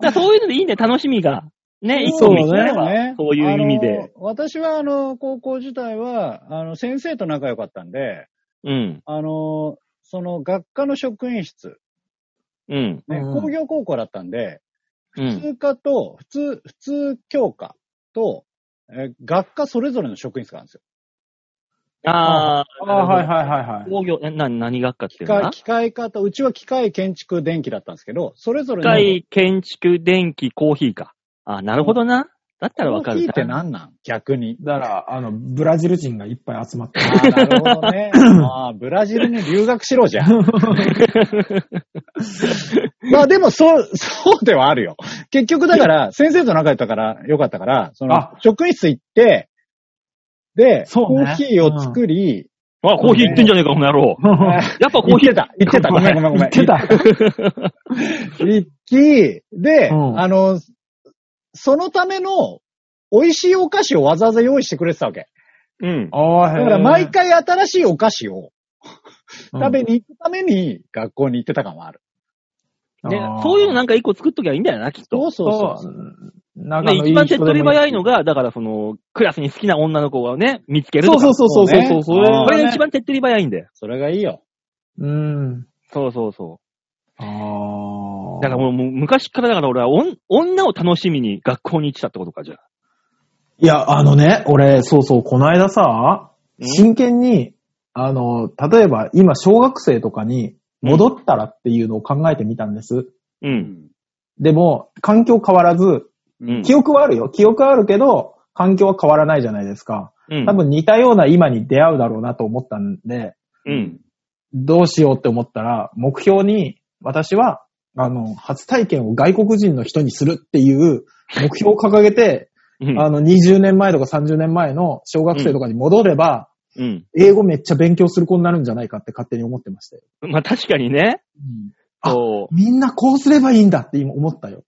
B: らそういうのでいいんだよ、楽しみが。ね、一
C: そ
B: 個
C: う
B: 見
C: ね
B: つかれば、そういう意味で。
D: あの私は、あの、高校時代は、あの、先生と仲良かったんで、
B: うん、
D: あの、その、学科の職員室、
B: うん、
D: ね
C: うん
D: 工業高校だったんで、
B: う
D: 普
B: ん。
D: 通科と、普通、普通教科と、えー学科それぞれの職員室があるんですよ。
B: あー、
C: ああ、はいはいはいはい。
B: 工業、えな、何学科ってい
D: 機
B: うのかな
D: 械、機械科と、うちは機械、建築、電気だったんですけど、それぞれ
B: 機
D: の。
B: 械、建築、電気、コーヒーか。あ、なるほどな。だったらわかる
D: コーヒ
B: な
D: ーって何なん逆に。
C: だから、あの、ブラジル人がいっぱい集まって
D: あ。ーなるほどね。あーブラジルに留学しろじゃん。まあでも、そう、そうではあるよ。結局だから、先生と仲良かったから、良かったから、その
C: あ、
D: 職員室行って、で、
C: そうね
D: コーヒーを作り、
B: あ、コーヒー行ってんじゃねえか、この野郎。やっぱコ
D: 行
B: ー
D: っ
B: ヒー
D: て。た、行ってた、ごめんごめんごめん。
C: 言ってた。
D: 行き、で、
C: うん
D: あの、そのための美味しいお菓子をわざわざ用意してくれてたわけ。
B: うん。
C: ああ、
D: だか
C: へえ
D: ら毎回新しいお菓子を
C: うん
D: 食べに行くために学校に行ってた感はある。
B: ね
C: あー
B: そういうのなんか一個作っときゃいいんだよな、きっと。
D: そうそうそう。
C: そう。仲
B: ね、
C: のいい
B: 一番手っ取り早いの
C: が。
B: が、だからその、クラスに好きな女の子をね、見つけると
C: そう
B: か。
C: そうそうそうそう
D: そう
C: そう
D: ね
C: それ
D: あー
B: これが一番手っ取り早いんだよ。
D: それがいいよ。
C: うん。
B: そうそうそ
C: ああ。
B: だからもう、もう昔からだから俺はおん女を楽しみに学校に行ってたってことか、じゃあ。
C: いや、あのね、俺、そうそう、この間さ、真剣に、あの、例えば今、小学生とかに戻ったらっていうのを考えてみたんです。
B: う。
D: うんん。
C: でも、環境変わらず、
B: うん。
C: 記憶はあるよ。記憶はあるけど、環境は変わらないじゃないですか。
B: うん
C: 多分似たような今に出会うだろうなと思ったんで、
B: うん。
C: どうしようって思ったら、目標に私は、あの、初体験を外国人の人にするっていう目標を掲げて、
B: うん。
C: あの、20年前とか30年前の小学生とかに戻れば、
B: うん。
C: 英語めっちゃ勉強する子になるんじゃないかって勝手に思ってましたよ。
B: まあ確かにね。
C: あ
B: そう。
C: みんなこうすればいいんだって今思ったよ。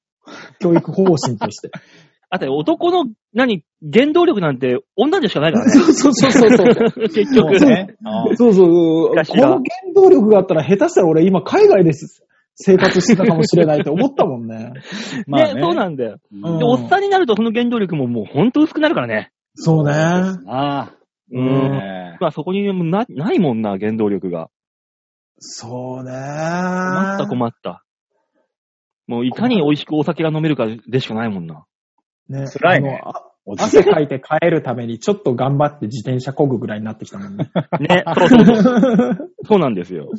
C: 教育方針として。
B: あと男の、何、原動力なんて女でしかないからね。
C: そうそうそうそうそう。
B: 結
D: そう
B: 局。
D: ね。あー
C: そうそう。この
B: かしら
C: 原動力があったら下手したら俺今海外です生活してたかもしれないと思ったもんね。
D: まあ
B: ね
D: ね。
B: そうなんだよ。
D: う
C: うん
D: ん
B: で、おっさんになるとその原動力ももうほんと薄くなるからね。
C: そうね。
D: あ
B: う
D: あ。
C: ん
D: ねえ
B: まあそこにもなないもんな、原動力が。
C: そうね。
B: 困った困った。もういかに美味しくお酒が飲めるかでしかないもんな。
C: ね
D: 辛いね
C: あのあ
D: おじさ
C: 汗
D: ん
C: かいて帰るためにちょっと頑張って自転車こぐぐらいになってきたもん ね。
B: ね、そうそうそう。そうなんですよ。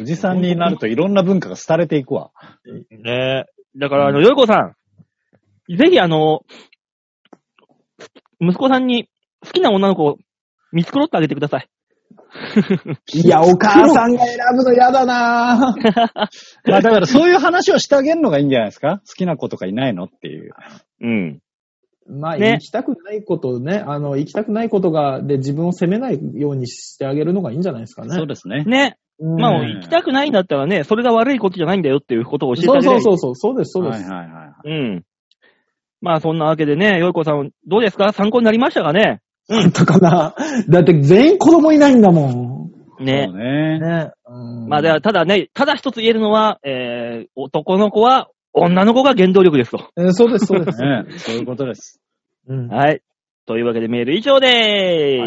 D: おじさんになるといろんな文化が廃れていくわ。
B: ねだから、あの、よいこさん、ぜひあの、息子さんに好きな女の子を見繕ってあげてください。
C: いや、お母さんが選ぶの嫌だな ぁ。
D: まあだからそういう話をしてあげるのがいいんじゃないですか好きな子とかいないのっていう。
B: うん。
C: まあ、
B: ね
C: 行きたくないことをね、あの、行きたくないことが、で、自分を責めないようにしてあげるのがいいんじゃないですかね。
D: そうですね。
B: ね。
C: うん
B: まあ、
D: うん
B: 行きたくないんだったらね、それが悪いことじゃないんだよっていうことを教えてあ
C: そ
B: げ
C: う
B: れば
C: そ
B: いうい
C: そうそう、そうです、そうで
D: はい
C: す。
D: はいはい。
B: うん。まあ、そんなわけでね、よいこさん、どうですか参考になりましたかね
C: 本当かな。だって全員子供いないんだも
B: ね
D: そう。ね
C: ん。。ね。うん
B: まあ、では、ただね、ただ一つ言えるのは、えー、男の子は女の子が原動力ですと。
C: えーそうです、そ うです。
D: ねそういうことです。
C: うん
B: はい。というわけでメール以上で
C: あ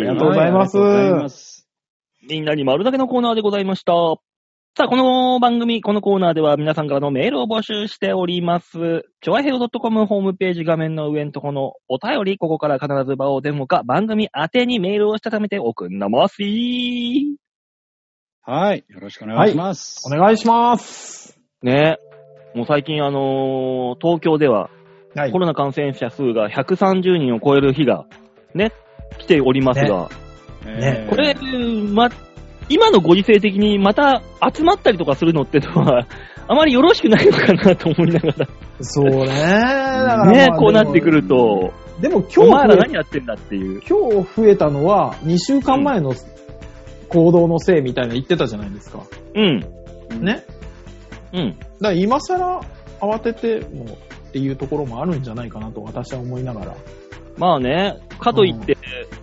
C: りが
B: ー
C: とうございます
D: はいありがとうございます
B: す。みんなに丸だけのコーナーでございました。さあ、この番組、このコーナーでは皆さんからのメールを募集しております。ちょあへよ .com ホームページ画面の上のところのお便り、ここから必ず場をデモか番組宛てにメールをしたためておくんなませー。
D: はい。よろしくお願いします。
C: お願いします。
B: ねえ。もう最近、あのー東京では、
C: はい
B: コロナ感染者数が130人を超える日が、ね、来ておりますが、
C: ね
D: えー
B: これ、ま、今のご時世的にまた集まったりとかするのっての は、あまりよろしくないのかなと思いながら、
C: そうね。だからまあ
B: ね
C: で、も
B: こうなってくると、
C: で
B: お
C: も
B: 前
C: 今
B: ら
C: 日、
B: 何やってんだっていう。
C: 今日増えたのは、2週間前の行動のせいみたいな言ってたじゃないですか。
B: うん、
C: ね。
B: うん。
C: だから今更慌ててもっていうところもあるんじゃないかなと私は思いながら。
B: まあね、かといって、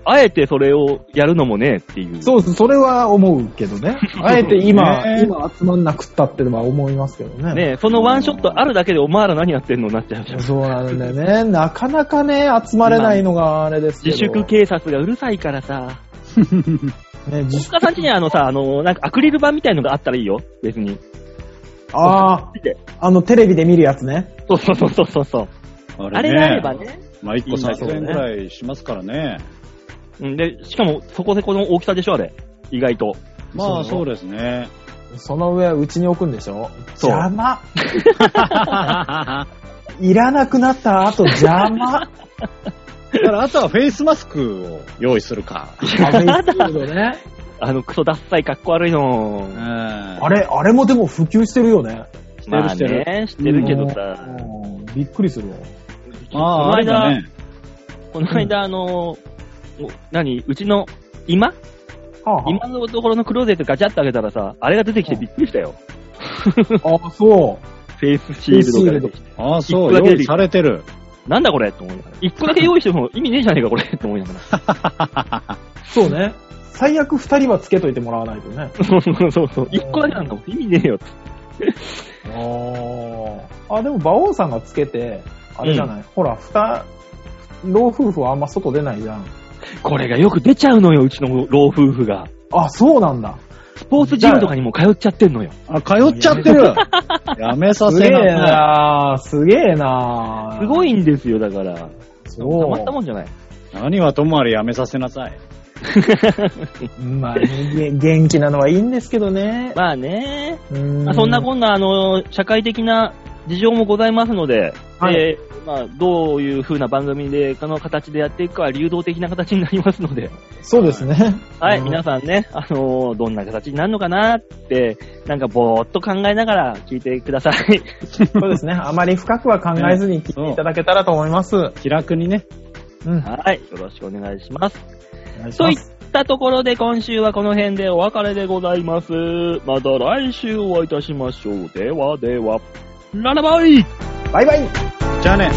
B: あえてそれをやるのもねっていう。
C: そう、それは思うけど ね。あえて今、
D: ね
C: 今集まんなくったってのは思いますけどね。
B: ねそのワンショットあるだけでお前ら何やってんのになっちゃうじゃん。
C: そうなんだよね。 なかなかね、集まれないのがあれですけど。
B: 自粛警察がうるさいからさ。大
C: ね、自粛。
B: 塚さんちにあのさ、あの、なんかアクリル板みたいのがあったらいいよ。別に。
C: ああ
B: 見て、
C: あの、テレビで見るやつね。
B: そうそうそうそうそう。あ
D: あ
B: れ
D: れ
B: が
D: が
B: あ
D: あ
B: れ
D: れ
B: ば
D: ば
B: ね。
D: まあ、1個
C: いいん
D: 3000
C: だけど
D: 円
C: ね
D: くらいしますからね。
B: うん、で、しかも、そこでこの大きさでしょ、あれ。意外と。
D: まあ、
C: そ
D: そううですね。
C: その上、うちに置くんでしょ
B: そう
C: 邪魔。いらなくなった後、邪 魔。
D: だから、あとはフェイスマスクを用意するか。
C: あれですけどね
B: あの、クソダッサい、かっこ悪いの。
D: あ
C: あれ、あれもでも普及してるよね。
D: して
B: ま
D: る
B: あ
D: してる。
B: ね、知ってるけどさ。
C: うんびっくりするわ。
D: ああ、あれだね。
B: この間、あの、お何うちの、今
C: は
B: 今のところのクローゼットガチャって開けたらさ、あれが出てきてびっくりしたよ。
C: あ、ああ、そ
B: フェイスシールドが出てきて。
D: ああ、そ
B: 一個
D: う、
B: だ
D: 用
B: け
D: 意されてる。
B: なんだこれと思いながら。一個だけ用意しても意味ねえじゃねえか、これと思いな がら。
C: う。そうね。最悪二人はつけといてもらわないとね。
B: そうそうそうそう。一個だけなんだもん。意味ねえよ。
C: ああ。でも、馬王さんがつけて、あれじゃない、ほら、二、老夫婦はあんま外出ないじゃん。
B: これがよく出ちゃうのよ、うちの老夫婦が。
C: あ、そうなんだ。
B: スポーツジムとかにも通っちゃってんのよ。
D: あ、通っちゃってる。やめさ
C: す
D: せ
C: げえ
D: な。
C: なーすげえな
B: すごいんですよ、だから。
C: す
B: たまった
C: ご
B: もんじゃない。
D: 何はともあれやめさせなさい。
C: い。まあ、人間元気なのはいいんですけどね。
B: まあね、
C: ま
B: まあそんなこんな、あの、社会的な事情もございますので、
C: はい
B: えーまあ、どういう風な番組で、この形でやっていくかは流動的な形になりますので、
C: そうですね。
B: はい、
C: うん
B: 皆さんね、あのーどんな形になるのかなって、なんかぼーっと考えながら聞いてくださ い。
C: そうですね。あまり深くは考えずに聞いていただけたらと思います。うん。
D: 気楽にね。
C: お
B: はい、よろしくお願いします。
C: 願いし
B: と
C: ま
B: いっ
C: す。
B: たところで今週はこの辺でお別れでございます。また来週お会いいたしましょう。ではでは、ララバイ
C: バイバイ
D: じゃあね。